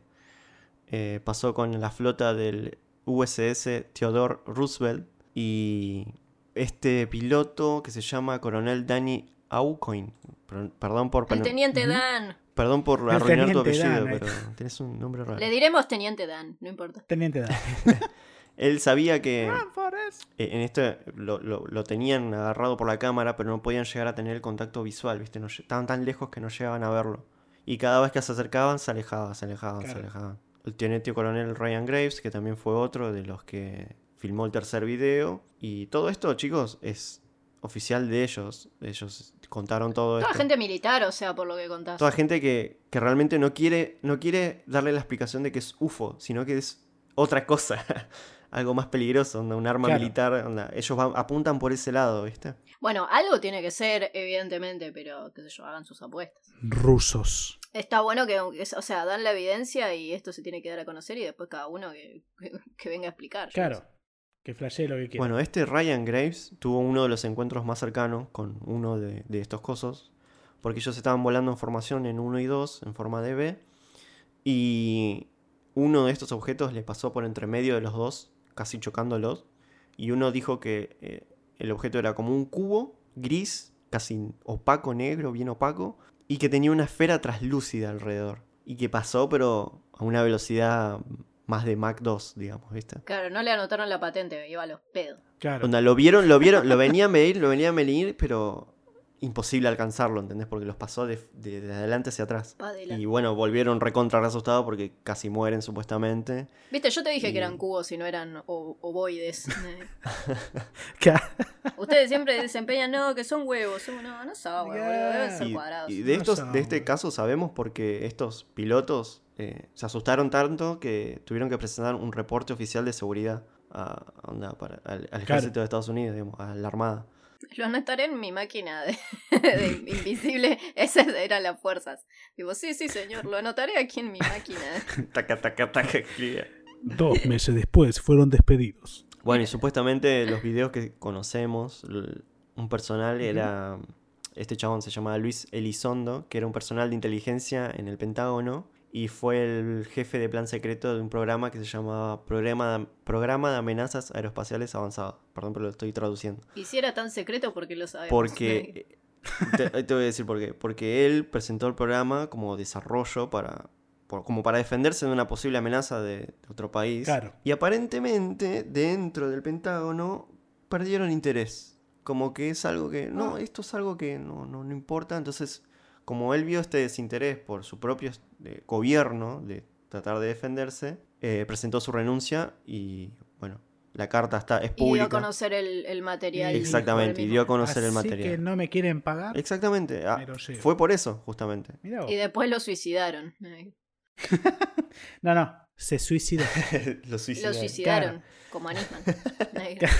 S3: Eh, pasó con la flota del USS Theodore Roosevelt y este piloto que se llama Coronel Danny Aucoin. Pro- Perdón por,
S4: El
S3: pronun-
S4: teniente
S2: Ujú.
S4: Dan.
S3: perdón por
S2: El
S3: arruinar tu
S2: teniente
S3: apellido,
S2: Dan, ahí.
S3: pero tienes un nombre raro.
S4: Le diremos teniente Dan, no importa.
S2: Teniente Dan.
S3: Él sabía que...
S2: Ah.
S3: Eh, En este lo, lo- lo tenían agarrado por la cámara, pero no podían llegar a tener el contacto visual, ¿viste? No lle- estaban tan lejos que no llegaban a verlo. Y cada vez que se acercaban, se alejaban, se alejaban, se
S2: Claro.
S3: alejaban. El teniente coronel Ryan Graves, que también fue otro de los que filmó el tercer video. Y todo esto, chicos, es oficial de ellos. Ellos contaron todo
S4: Toda
S3: esto.
S4: gente militar, o sea, por lo que contás.
S3: Toda gente que, que realmente no quiere, no quiere darle la explicación de que es UFO, sino que es otra cosa. Algo más peligroso, onda, un arma
S2: Claro.
S3: militar. onda, ellos van- apuntan por ese lado, ¿viste?
S4: Bueno, algo tiene que ser, evidentemente, pero qué sé yo, hagan sus apuestas.
S2: Rusos.
S4: Está bueno que, que- o sea, dan la evidencia y esto se tiene que dar a conocer y después cada uno que, que venga a explicar. yo
S2: Claro. Que flashee lo que quiera.
S3: Bueno, este Ryan Graves tuvo uno de los encuentros más cercanos con uno de, de estos cosos, porque ellos estaban volando en formación en 1 y 2, en forma de B, y uno de estos objetos le pasó por entre medio de los dos, casi chocándolos, y uno dijo que eh, el objeto era como un cubo gris, casi opaco, negro, bien opaco, y que tenía una esfera traslúcida alrededor, y que pasó pero a una velocidad más de Mach 2, digamos, ¿viste?
S4: sé. Claro, no le anotaron la patente, iba a los pedos.
S2: claro.
S3: Onda, lo vieron, lo vieron, lo venían a medir, lo venían a medir, pero imposible alcanzarlo, ¿entendés? Porque los pasó de, de- de adelante hacia atrás.
S4: Pa' adelante.
S3: Y bueno, volvieron recontra re asustados porque casi mueren supuestamente.
S4: Viste, yo te dije que
S3: Y-
S4: eran cubos y no eran o- ovoides. eh.
S2: Claro.
S4: Ustedes siempre desempeñan, no, que son huevos, son, no, no son huevos, boludo, deben ser
S3: Y,
S4: cuadrados.
S3: y de,
S2: No
S3: estos,
S2: son,
S3: de este
S2: boludo.
S3: caso sabemos porque estos pilotos eh, se asustaron tanto que tuvieron que presentar un reporte oficial de seguridad a- onda, para- al, al ejército de Estados Unidos, digamos, a la Armada.
S4: Lo anotaré en mi máquina de, de invisible. Esas eran las fuerzas. Digo, sí, sí, señor, lo anotaré aquí en mi máquina.
S3: Taca, taca, taca, escribía.
S2: Dos meses después fueron despedidos.
S3: Bueno, y supuestamente los videos que conocemos, l- un personal era. Este chabón se llamaba Luis Elizondo, que era un personal de inteligencia en el Pentágono y fue el jefe de plan secreto de un programa que se llamaba Programa de, Programa de Amenazas Aeroespaciales Avanzadas. Perdón, pero lo estoy traduciendo.
S4: Y si era tan secreto, porque lo sabemos.
S3: Porque. Te, te voy a decir por qué. Porque él presentó el programa como desarrollo para. por- como para defenderse de una posible amenaza de, de otro país.
S2: Claro.
S3: Y aparentemente, dentro del Pentágono, perdieron interés. Como que es algo que.
S4: Ah.
S3: No, esto es algo que no, no, no importa. Entonces, como él vio este desinterés por su propio eh, gobierno de tratar de defenderse, eh, presentó su renuncia y. bueno, la carta está, es
S4: y dio a
S3: pública.
S4: conocer el, el material.
S3: Exactamente,
S4: por
S3: y
S4: el
S3: dio
S4: mismo.
S3: a conocer el
S2: Así
S3: material.
S2: que no me quieren pagar.
S3: Exactamente. ah,
S2: Me lo llevo.
S3: fue por eso, justamente.
S2: Mirá vos.
S4: Y después lo suicidaron. Ay,
S2: No, no, se suicidó.
S3: lo
S4: Lo suicidaron, como a Nisman. Ay.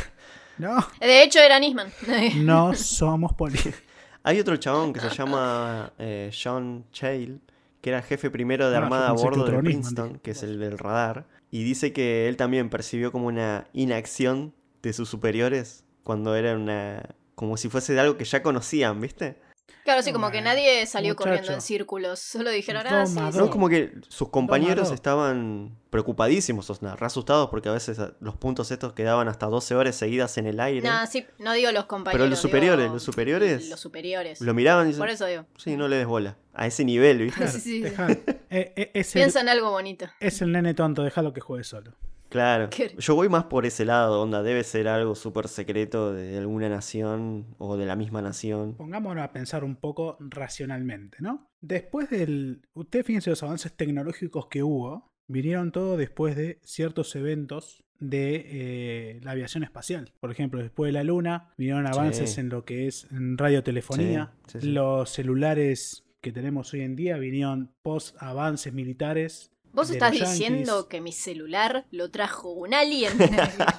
S2: No,
S4: De hecho, era Nisman. Ay.
S2: no somos políticos.
S3: Hay otro chabón que se llama eh, John Chale, que era jefe primero de
S2: Ah, yo
S3: Armada a
S2: pensé que
S3: bordo
S2: otro
S3: de
S2: Nisman,
S3: Princeton,
S2: dije.
S3: que es el del radar, y dice que él también percibió como una inacción de sus superiores cuando era una. como si fuese de algo que ya conocían, ¿viste?
S4: Claro, sí, como que
S2: Bueno,
S4: nadie salió
S2: muchacho.
S4: corriendo en círculos. Solo dijeron, ah, sí,
S2: Toma
S4: sí.
S3: No,
S2: dos.
S3: como que sus compañeros
S2: Tomado.
S3: estaban preocupadísimos, o sea, re asustados, porque a veces ah, los puntos estos quedaban hasta 12 horas seguidas en el aire.
S4: Nah, sí, no digo los compañeros.
S3: Pero los superiores,
S4: digo
S3: los superiores.
S4: Los superiores.
S3: Lo miraban y
S4: Por
S3: dicen,
S4: eso digo.
S3: sí, no le des bola. A ese nivel, ¿viste?
S2: Claro,
S4: Sí, sí, sí.
S2: dejá. Eh, eh, es, el,
S4: Piensa en algo bonito.
S2: es el nene tonto, déjalo que juegue solo.
S3: Claro.
S4: Qué-
S3: Yo voy más por ese lado, onda. Debe ser algo súper secreto de alguna nación o de la misma nación.
S2: Pongámonos a pensar un poco racionalmente, ¿no? Después del. Ustedes fíjense los avances tecnológicos que hubo, vinieron todos después de ciertos eventos de eh, la aviación espacial. Por ejemplo, después de la Luna, vinieron avances en lo que es en radiotelefonía.
S3: Sí, sí, sí.
S2: Los celulares que tenemos hoy en día vinieron post avances militares.
S4: Vos
S2: de
S4: estás
S2: los yanquis.
S4: diciendo que mi celular lo trajo un alien.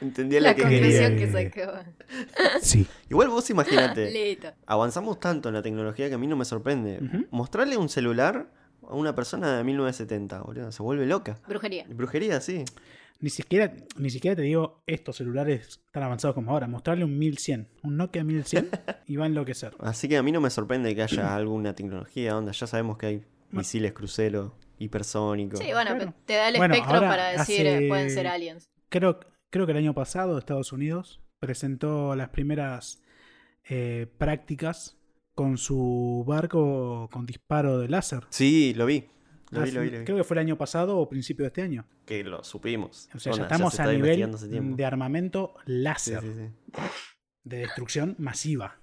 S3: Entendía
S4: la
S3: lo que quería.
S4: conclusión que
S2: Eh,
S4: sacó.
S2: Sí.
S3: Igual vos imaginate,
S4: Listo.
S3: avanzamos tanto en la tecnología que a mí no me sorprende.
S2: Ujú.
S3: Mostrarle un celular a una persona de 1970, boludo, se vuelve loca.
S4: Brujería.
S3: Brujería, sí.
S2: Ni siquiera, ni siquiera te digo estos celulares tan avanzados como ahora. Mostrarle un 1100, un Nokia 1100 y va a enloquecer.
S3: Así que a mí no me sorprende que haya alguna tecnología, onda. Ya sabemos que hay misiles crucero, hipersónicos.
S4: Sí, bueno,
S2: Claro.
S4: te da el
S2: Bueno,
S4: espectro
S2: ahora
S4: para decir
S2: hace-
S4: eh, pueden ser aliens.
S2: Creo, creo que el año pasado Estados Unidos presentó las primeras eh, prácticas con su barco con disparo de láser.
S3: Sí, lo vi. Lo vi,
S2: Hace-
S3: lo vi, lo vi.
S2: Creo que fue el año pasado o principio de este año.
S3: Que lo supimos.
S2: O sea, ya
S3: Onda,
S2: estamos
S3: se
S2: a
S3: está
S2: nivel
S3: investigando hace tiempo.
S2: de armamento
S3: Sí,
S2: láser,
S3: sí, sí.
S2: de destrucción masiva.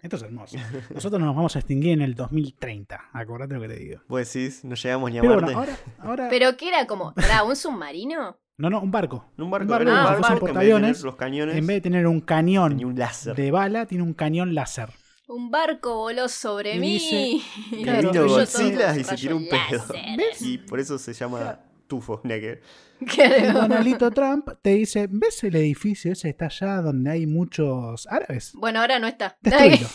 S2: Esto es hermoso. Nosotros nos vamos a extinguir en el 2030. Acordate lo que te digo.
S3: Vos decís, Pues no llegamos ni a
S2: Pero
S3: Marte.
S2: bueno, ahora, ahora-
S4: Pero que era como, ¿era un submarino?
S2: No, no, un barco.
S3: En un barco,
S2: un barco,
S3: era un
S4: ah, un
S3: barco
S4: barco.
S3: que en vez de tener
S2: portaaviones,
S3: los cañones
S2: En vez de tener un cañón
S3: tenía un láser.
S2: de bala, tiene un cañón láser.
S4: Un barco voló sobre
S2: Y
S4: mí.
S2: dice-
S4: Y
S3: Y
S2: Claro,
S3: vino
S4: destruyó todo
S3: Godzilla
S4: con
S3: y se tiró un
S4: rayo
S3: pedo.
S4: láser.
S3: Y por eso se llama tufo. nada que ver.
S2: Y
S4: Claro.
S2: Donaldito Trump te dice, ¿ves el edificio ese está allá donde hay muchos árabes?
S4: Bueno, ahora no está.
S2: Destruido.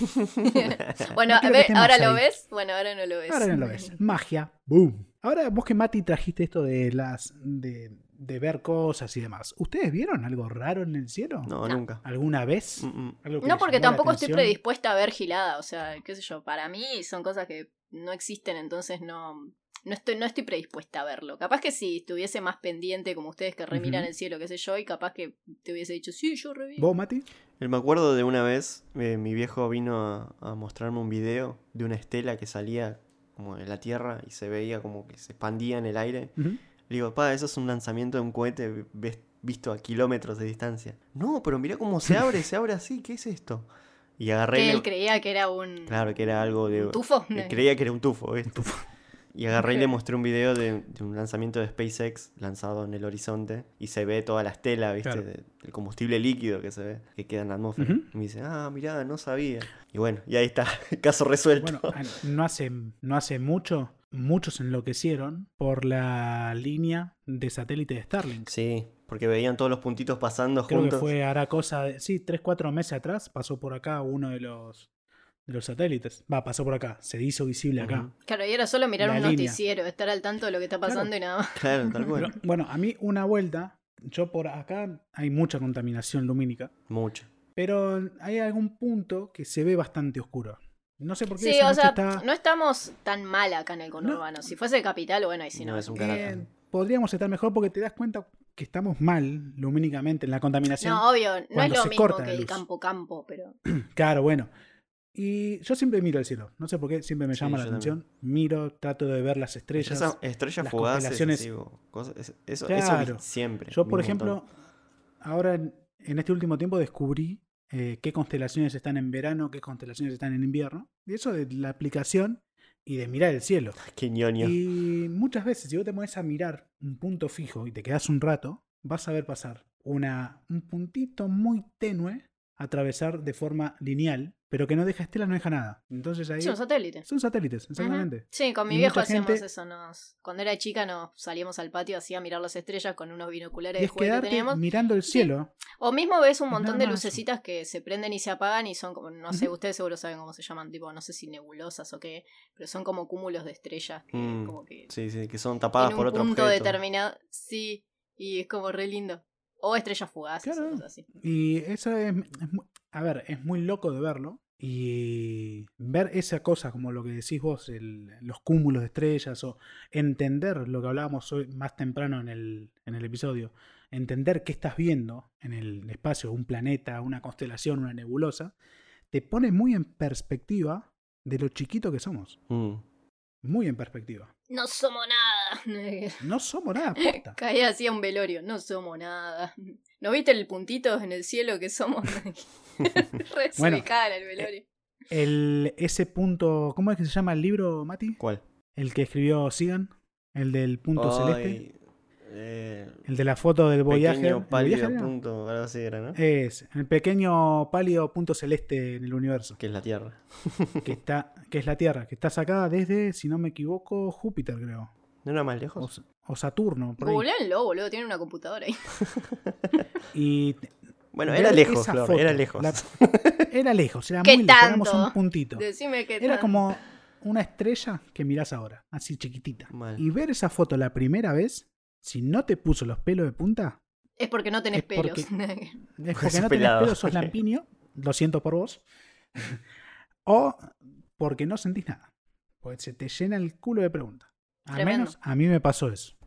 S4: bueno,
S2: No quiero que
S4: ve-
S2: esté más
S4: ahora lo
S2: ahí.
S4: ves. Bueno, ahora no lo ves.
S2: Ahora no lo ves. Magia. Boom. Ahora vos que Mati trajiste esto de las de, de ver cosas y demás. ¿Ustedes vieron algo raro en el cielo?
S3: No,
S4: No.
S3: nunca.
S2: ¿Alguna vez?
S3: Mm, mm.
S2: ¿Algo que
S4: No,
S2: les
S4: porque
S2: llamó la
S4: tampoco estoy
S2: atención?
S4: predispuesta a ver gilada. O sea, qué sé yo, para mí son cosas que no existen, entonces no. No estoy, no estoy predispuesta a verlo. Capaz que si estuviese más pendiente como ustedes que remiran
S2: Ujú.
S4: el cielo, qué sé yo, y capaz que te hubiese dicho, sí, yo reví.
S2: ¿Vos, Mati?
S3: Eh, Me acuerdo de una vez, eh, mi viejo vino a, a mostrarme un video de una estela que salía como de la Tierra y se veía como que se expandía en el aire.
S2: Ujú.
S3: Le digo, pa, eso es un lanzamiento de un cohete ves- visto a kilómetros de distancia. No, pero mirá cómo se abre, se abre así, ¿qué es esto? Y agarré... y
S4: Que
S3: le-
S4: él creía que era un.
S3: Claro, que era algo de...
S4: un tufo.
S3: Eh, Creía que era un tufo, ¿viste? Y agarré y
S4: Ok.
S3: le mostré un video de, de un lanzamiento de SpaceX lanzado en el horizonte y se ve toda la estela, ¿viste?
S2: Claro.
S3: De- del combustible líquido que se ve, que queda en la atmósfera.
S2: Ujú.
S3: Y me dice, ah, mirá, no sabía. Y bueno, y ahí está, caso resuelto.
S2: Bueno, ah. no hace, no hace mucho, muchos enloquecieron por la línea de satélite de Starlink.
S3: Sí, porque veían todos los puntitos pasando
S2: Creo
S3: juntos.
S2: que fue hará cosa de, sí, 3, 4 meses atrás pasó por acá uno de los de los satélites. Va, pasó por acá, se hizo visible acá.
S3: Ujú.
S4: Claro, y era solo mirar
S2: La
S4: un
S2: línea.
S4: noticiero, estar al tanto de lo que está pasando y nada más.
S3: Claro, tal cual.
S2: Pero, bueno, a mí una vuelta, yo por acá hay mucha contaminación lumínica,
S3: Mucho.
S2: pero hay algún punto que se ve bastante oscuro. No sé por qué
S4: Sí,
S2: esa
S4: o
S2: noche
S4: sea,
S2: está-
S4: no estamos tan mal acá en el conurbano. Si fuese capital, bueno, ahí sí no.
S3: No, es un
S2: Eh,
S3: carajo.
S2: podríamos estar mejor porque te das cuenta que estamos mal lumínicamente en la contaminación.
S4: No, obvio, no es
S2: cuando
S4: lo
S2: se
S4: mismo
S2: corta
S4: que
S2: la
S4: el
S2: luz.
S4: campo-campo, pero
S2: Claro, bueno. Y yo siempre miro el cielo. No sé por qué, siempre me
S3: Sí,
S2: llama la
S3: yo Pues
S2: atención. Miro, trato de ver las estrellas.
S3: Esas estrellas
S2: las
S3: fugaces.
S2: constelaciones-
S3: así, o cosas- es- eso, eso
S2: Claro.
S3: vi siempre.
S2: Yo,
S3: vi
S2: por
S3: un
S2: ejemplo,
S3: montón.
S2: ahora en, en este último tiempo descubrí eh, qué constelaciones están en verano, qué constelaciones están en invierno. Y eso de la aplicación y de mirar el cielo.
S3: Qué ñoño.
S2: Y muchas veces, si vos te pones a mirar un punto fijo y te quedas un rato, vas a ver pasar una, un puntito muy tenue atravesar de forma lineal, pero que no deja estela, no deja nada. Entonces ahí
S4: es un satélite.
S2: son satélites, exactamente.
S4: Ujú. Sí, con mi
S2: Y
S4: viejo
S2: mucha
S4: hacíamos
S2: gente-
S4: eso. Nos... Cuando era chica nos salíamos al patio así a mirar las estrellas con unos binoculares
S2: Y
S4: de
S2: es
S4: juego que
S2: quedarte
S4: teníamos.
S2: mirando el cielo.
S4: O mismo ves un
S2: Es
S4: montón
S2: nada
S4: de
S2: más eso.
S4: lucecitas que se prenden y se apagan y son como, no sé,
S2: Ujú.
S4: ustedes seguro saben cómo se llaman, tipo, no sé si nebulosas o qué, pero son como cúmulos de estrellas que
S3: Mm,
S4: como que
S3: Sí, sí, que son tapadas
S4: en
S3: por
S4: un
S3: otro
S4: punto
S3: objeto.
S4: determinado, sí, y es como re lindo. O estrellas fugaces,
S2: Claro.
S4: o cosas así.
S2: Y eso es, es mu- A ver, es muy loco de verlo. Y ver esa cosa, como lo que decís vos, el- los cúmulos de estrellas, o entender lo que hablábamos hoy más temprano en el, en el episodio, entender qué estás viendo en el espacio, un planeta, una constelación, una nebulosa, te pone muy en perspectiva de lo chiquito que somos.
S3: Mm.
S2: Muy en perspectiva.
S4: No somos nada.
S2: No somos nada, puta.
S4: Caí así a un velorio, no somos nada. ¿No viste el puntito en el cielo que somos? Re
S2: Bueno, eh,
S4: desubicada en el velorio.
S2: El, ese punto, ¿cómo es que se llama el libro, Mati?
S3: ¿Cuál?
S2: El que escribió Sigan, el del punto celeste,
S3: Ay, eh,
S2: el de la foto del voyaje.
S3: pequeño pálido
S2: era? Eh.
S3: punto, algo así era, ¿no?
S2: Es el pequeño pálido punto celeste en el universo,
S3: Que es la Tierra.
S2: que está, que es la Tierra, que está sacada desde, si no me equivoco, Júpiter, creo.
S3: ¿No era más
S2: O,
S3: lejos?
S2: o Saturno, por ahí.
S4: Googleenlo, boludo, tienen una computadora ahí.
S2: Y
S3: Bueno,
S2: ver
S3: era lejos,
S2: esa
S3: Flor,
S2: foto,
S3: era lejos.
S2: la- era lejos, era
S4: ¿Qué
S2: muy lejos, éramos
S4: tanto?
S2: un puntito.
S4: Decime que
S2: Era como una estrella que mirás ahora, así chiquitita.
S3: Mal.
S2: Y ver esa foto la primera vez, si no te puso los pelos de punta,
S4: Es porque no tenés
S2: Es porque-
S4: pelos.
S2: Es
S3: Porque
S2: porque no
S3: sos
S2: tenés
S3: Pues pelado.
S2: pelo, sos lampiño, lo siento por vos. o porque no sentís nada. Porque se te llena el culo de preguntas. Al
S4: Tremendo.
S2: menos a mí me pasó eso.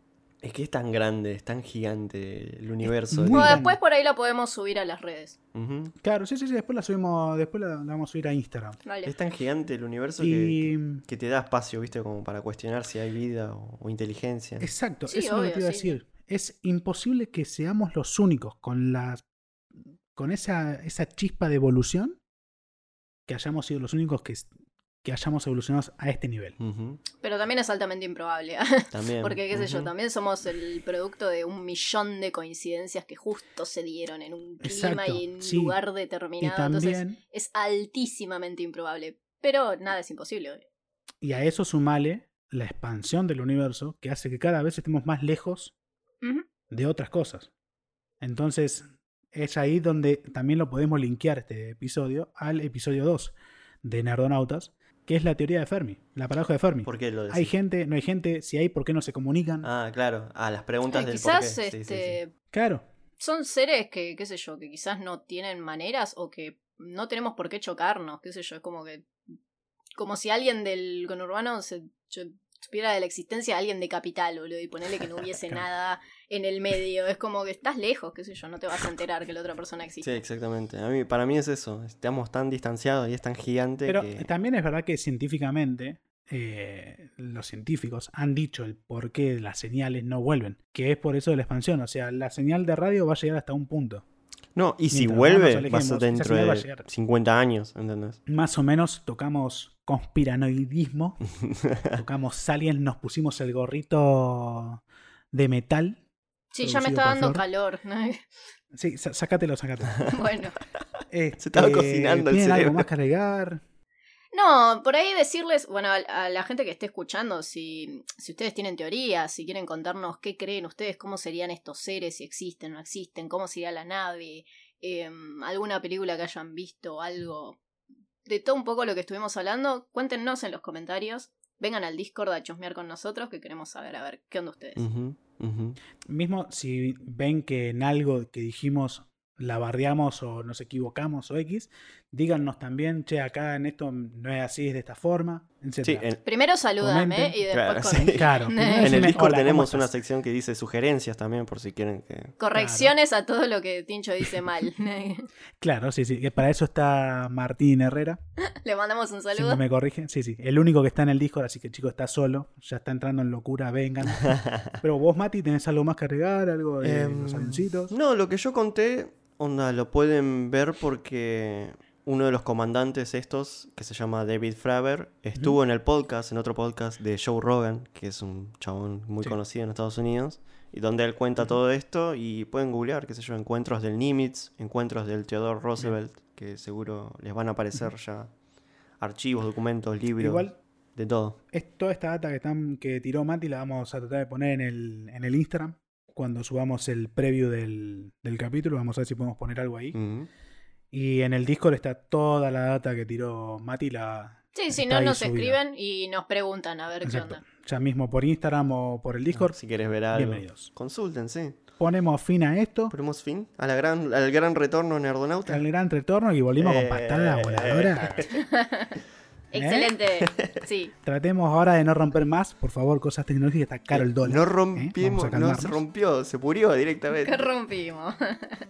S3: Es que es tan grande, es tan gigante el universo.
S2: muy
S4: Bueno,
S2: grande.
S4: después por ahí la podemos subir a las redes.
S3: Ujú.
S2: Claro, sí, sí, sí, después la subimos, después la, la vamos a subir a Instagram.
S4: Vale.
S3: Es tan gigante el universo que,
S2: Y
S3: que te da espacio, ¿viste? Como para cuestionar si hay vida o, o inteligencia.
S2: exacto,
S4: Sí,
S2: eso es lo que
S4: obvio,
S2: te iba a
S4: sí.
S2: decir. Es imposible que seamos los únicos con las con esa, esa chispa de evolución que hayamos sido los únicos que, que hayamos evolucionado a este nivel.
S3: Ujú.
S4: Pero también es altamente improbable. ¿ah?
S3: También.
S4: Porque, qué sé yo,
S3: ujú.
S4: también somos el producto de un millón de coincidencias que justo se dieron en un clima
S2: Exacto,
S4: y en un
S2: sí.
S4: lugar
S2: Y
S4: determinado. Entonces,
S2: también.
S4: es altísimamente improbable. Pero nada es imposible. obvio.
S2: Y a eso sumale la expansión del universo que hace que cada vez estemos más lejos
S4: Ujú.
S2: de otras cosas. Entonces, es ahí donde también lo podemos linkear este episodio al episodio 2 de Nerdonautas, que es la teoría de Fermi, la paradoja de Fermi.
S3: ¿Por qué lo decís?
S2: Hay gente, no hay gente, si hay, ¿por qué no se comunican?
S3: Ah, claro. Ah, las preguntas
S4: Eh,
S3: del por qué.
S4: quizás
S3: Sí, sí, sí.
S4: este,
S2: Claro,
S4: son seres que, qué sé yo, que quizás no tienen maneras o que no tenemos por qué chocarnos, qué sé yo, es como que como si alguien del conurbano se yo- supiera de la existencia de alguien de capital, boludo, y ponerle que no hubiese
S2: Claro.
S4: nada en el medio, es como que estás lejos, qué sé yo, no te vas a enterar que la otra persona
S3: Sí,
S4: existe.
S3: exactamente. A mí, para mí es eso. Estamos tan distanciados y es tan gigante
S2: pero
S3: que...
S2: también es verdad que científicamente eh, los científicos han dicho el por qué las señales no vuelven, que es por eso de la expansión, o sea, la señal de radio va a llegar hasta un punto.
S3: No, y si
S2: Mientras más
S3: vuelve,
S2: nos
S3: va a ser
S2: alejemos, esa
S3: dentro
S2: señal va a
S3: de
S2: llegar.
S3: 50 años, ¿entendés?
S2: más o menos tocamos conspiranoidismo, tocamos aliens, nos pusimos el gorrito de metal.
S4: Sí, ya me
S2: Producido
S4: está
S2: por
S4: dando
S2: Flor.
S4: calor. ¿no?
S2: Sí, sa- sácatelo, sácatelo.
S4: bueno.
S2: Este,
S3: estaba cocinando el
S2: ¿tienen
S3: cerebro.
S2: algo más que agregar?
S4: No, por ahí decirles, bueno, a, a la gente que esté escuchando, si, si ustedes tienen teorías, si quieren contarnos qué creen ustedes, cómo serían estos seres, si existen o no existen, cómo sería la nave, em, alguna película que hayan visto, algo, de todo un poco lo que estuvimos hablando, cuéntenos en los comentarios, vengan al Discord a chusmear con nosotros, que queremos saber, a ver, ¿qué onda ustedes?
S3: Ujú, ujú.
S2: Mismo si ven que en algo que dijimos la bardeamos o nos equivocamos o X, Díganos también, che, acá en esto no es así, es de esta forma, etc.
S3: Sí, en,
S4: Primero salúdame
S2: Comenten.
S4: y después
S3: Claro,
S4: corre-
S3: sí.
S2: Claro. primero
S3: en
S4: En
S3: el
S2: decime,
S3: Discord
S2: "Hola, ¿cómo
S3: tenemos
S2: estás?".
S3: una sección que dice sugerencias también, por si quieren que.
S4: correcciones a todo lo que Tincho dice mal.
S2: Claro, sí, sí. que Para eso está Martín Herrera.
S4: Le mandamos un
S2: Siempre
S4: saludo.
S2: me corrige. Sí, sí. El único que está en el Discord, así que chico está solo. Ya está entrando en locura, vengan. Pero vos, Mati, ¿tenés algo más que agregar? ¿Algo de
S3: Em,
S2: los avioncitos?
S3: No, lo que yo conté, onda, lo pueden ver porque uno de los comandantes estos, que se llama David Fraber, estuvo en el podcast, en otro podcast de Joe Rogan, que es un chabón muy
S2: Sí.
S3: conocido en Estados Unidos, y donde él cuenta todo esto y pueden googlear, qué sé yo, encuentros del Nimitz, encuentros del Theodore Roosevelt, que seguro les van a aparecer ya archivos, documentos, libros,
S2: Igual,
S3: de todo.
S2: es- toda esta data que, están, que tiró Mati la vamos a tratar de poner en el, en el Instagram. Cuando subamos el preview del, del capítulo, vamos a ver si podemos poner algo
S4: Mm.
S2: ahí.
S3: Ujú.
S2: Y en el Discord está toda la data que tiró Mati. La,
S4: Sí, si
S2: está
S4: no,
S2: ahí
S4: nos
S2: subida.
S4: escriben y nos preguntan a ver
S2: Exacto.
S4: qué onda. Ah,
S2: Ya mismo por Instagram o por el Discord.
S3: si quieres ver algo,
S2: Bienvenidos.
S3: consúltense.
S2: Ponemos fin a esto.
S3: Ponemos fin a la gran, al gran retorno Nerdonauta.
S2: Al gran retorno y volvimos con
S3: Eh.
S2: patadas
S4: eh,
S2: voladoras. ¿Eh?
S4: Excelente. Sí.
S2: Tratemos ahora de no romper más, por favor, cosas tecnológicas, está caro el dólar.
S3: No
S2: ¿eh? Vamos
S3: rompimos,
S2: a
S3: no se
S2: calmarnos.
S3: rompió, se purió
S4: Que
S3: directamente.
S4: rompimos.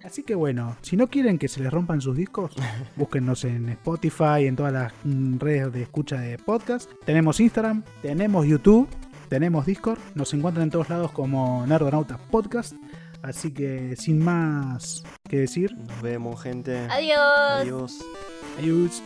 S2: Así que bueno, si no quieren que se les rompan sus discos, búsquennos en Spotify, en todas las mm, redes de escucha de podcast. Tenemos Instagram, tenemos YouTube, tenemos Discord, nos encuentran en todos lados como Nerdonautas Podcast. Así que sin más que decir,
S3: Nos vemos, gente.
S4: Adiós.
S3: Adiós.
S2: adiós.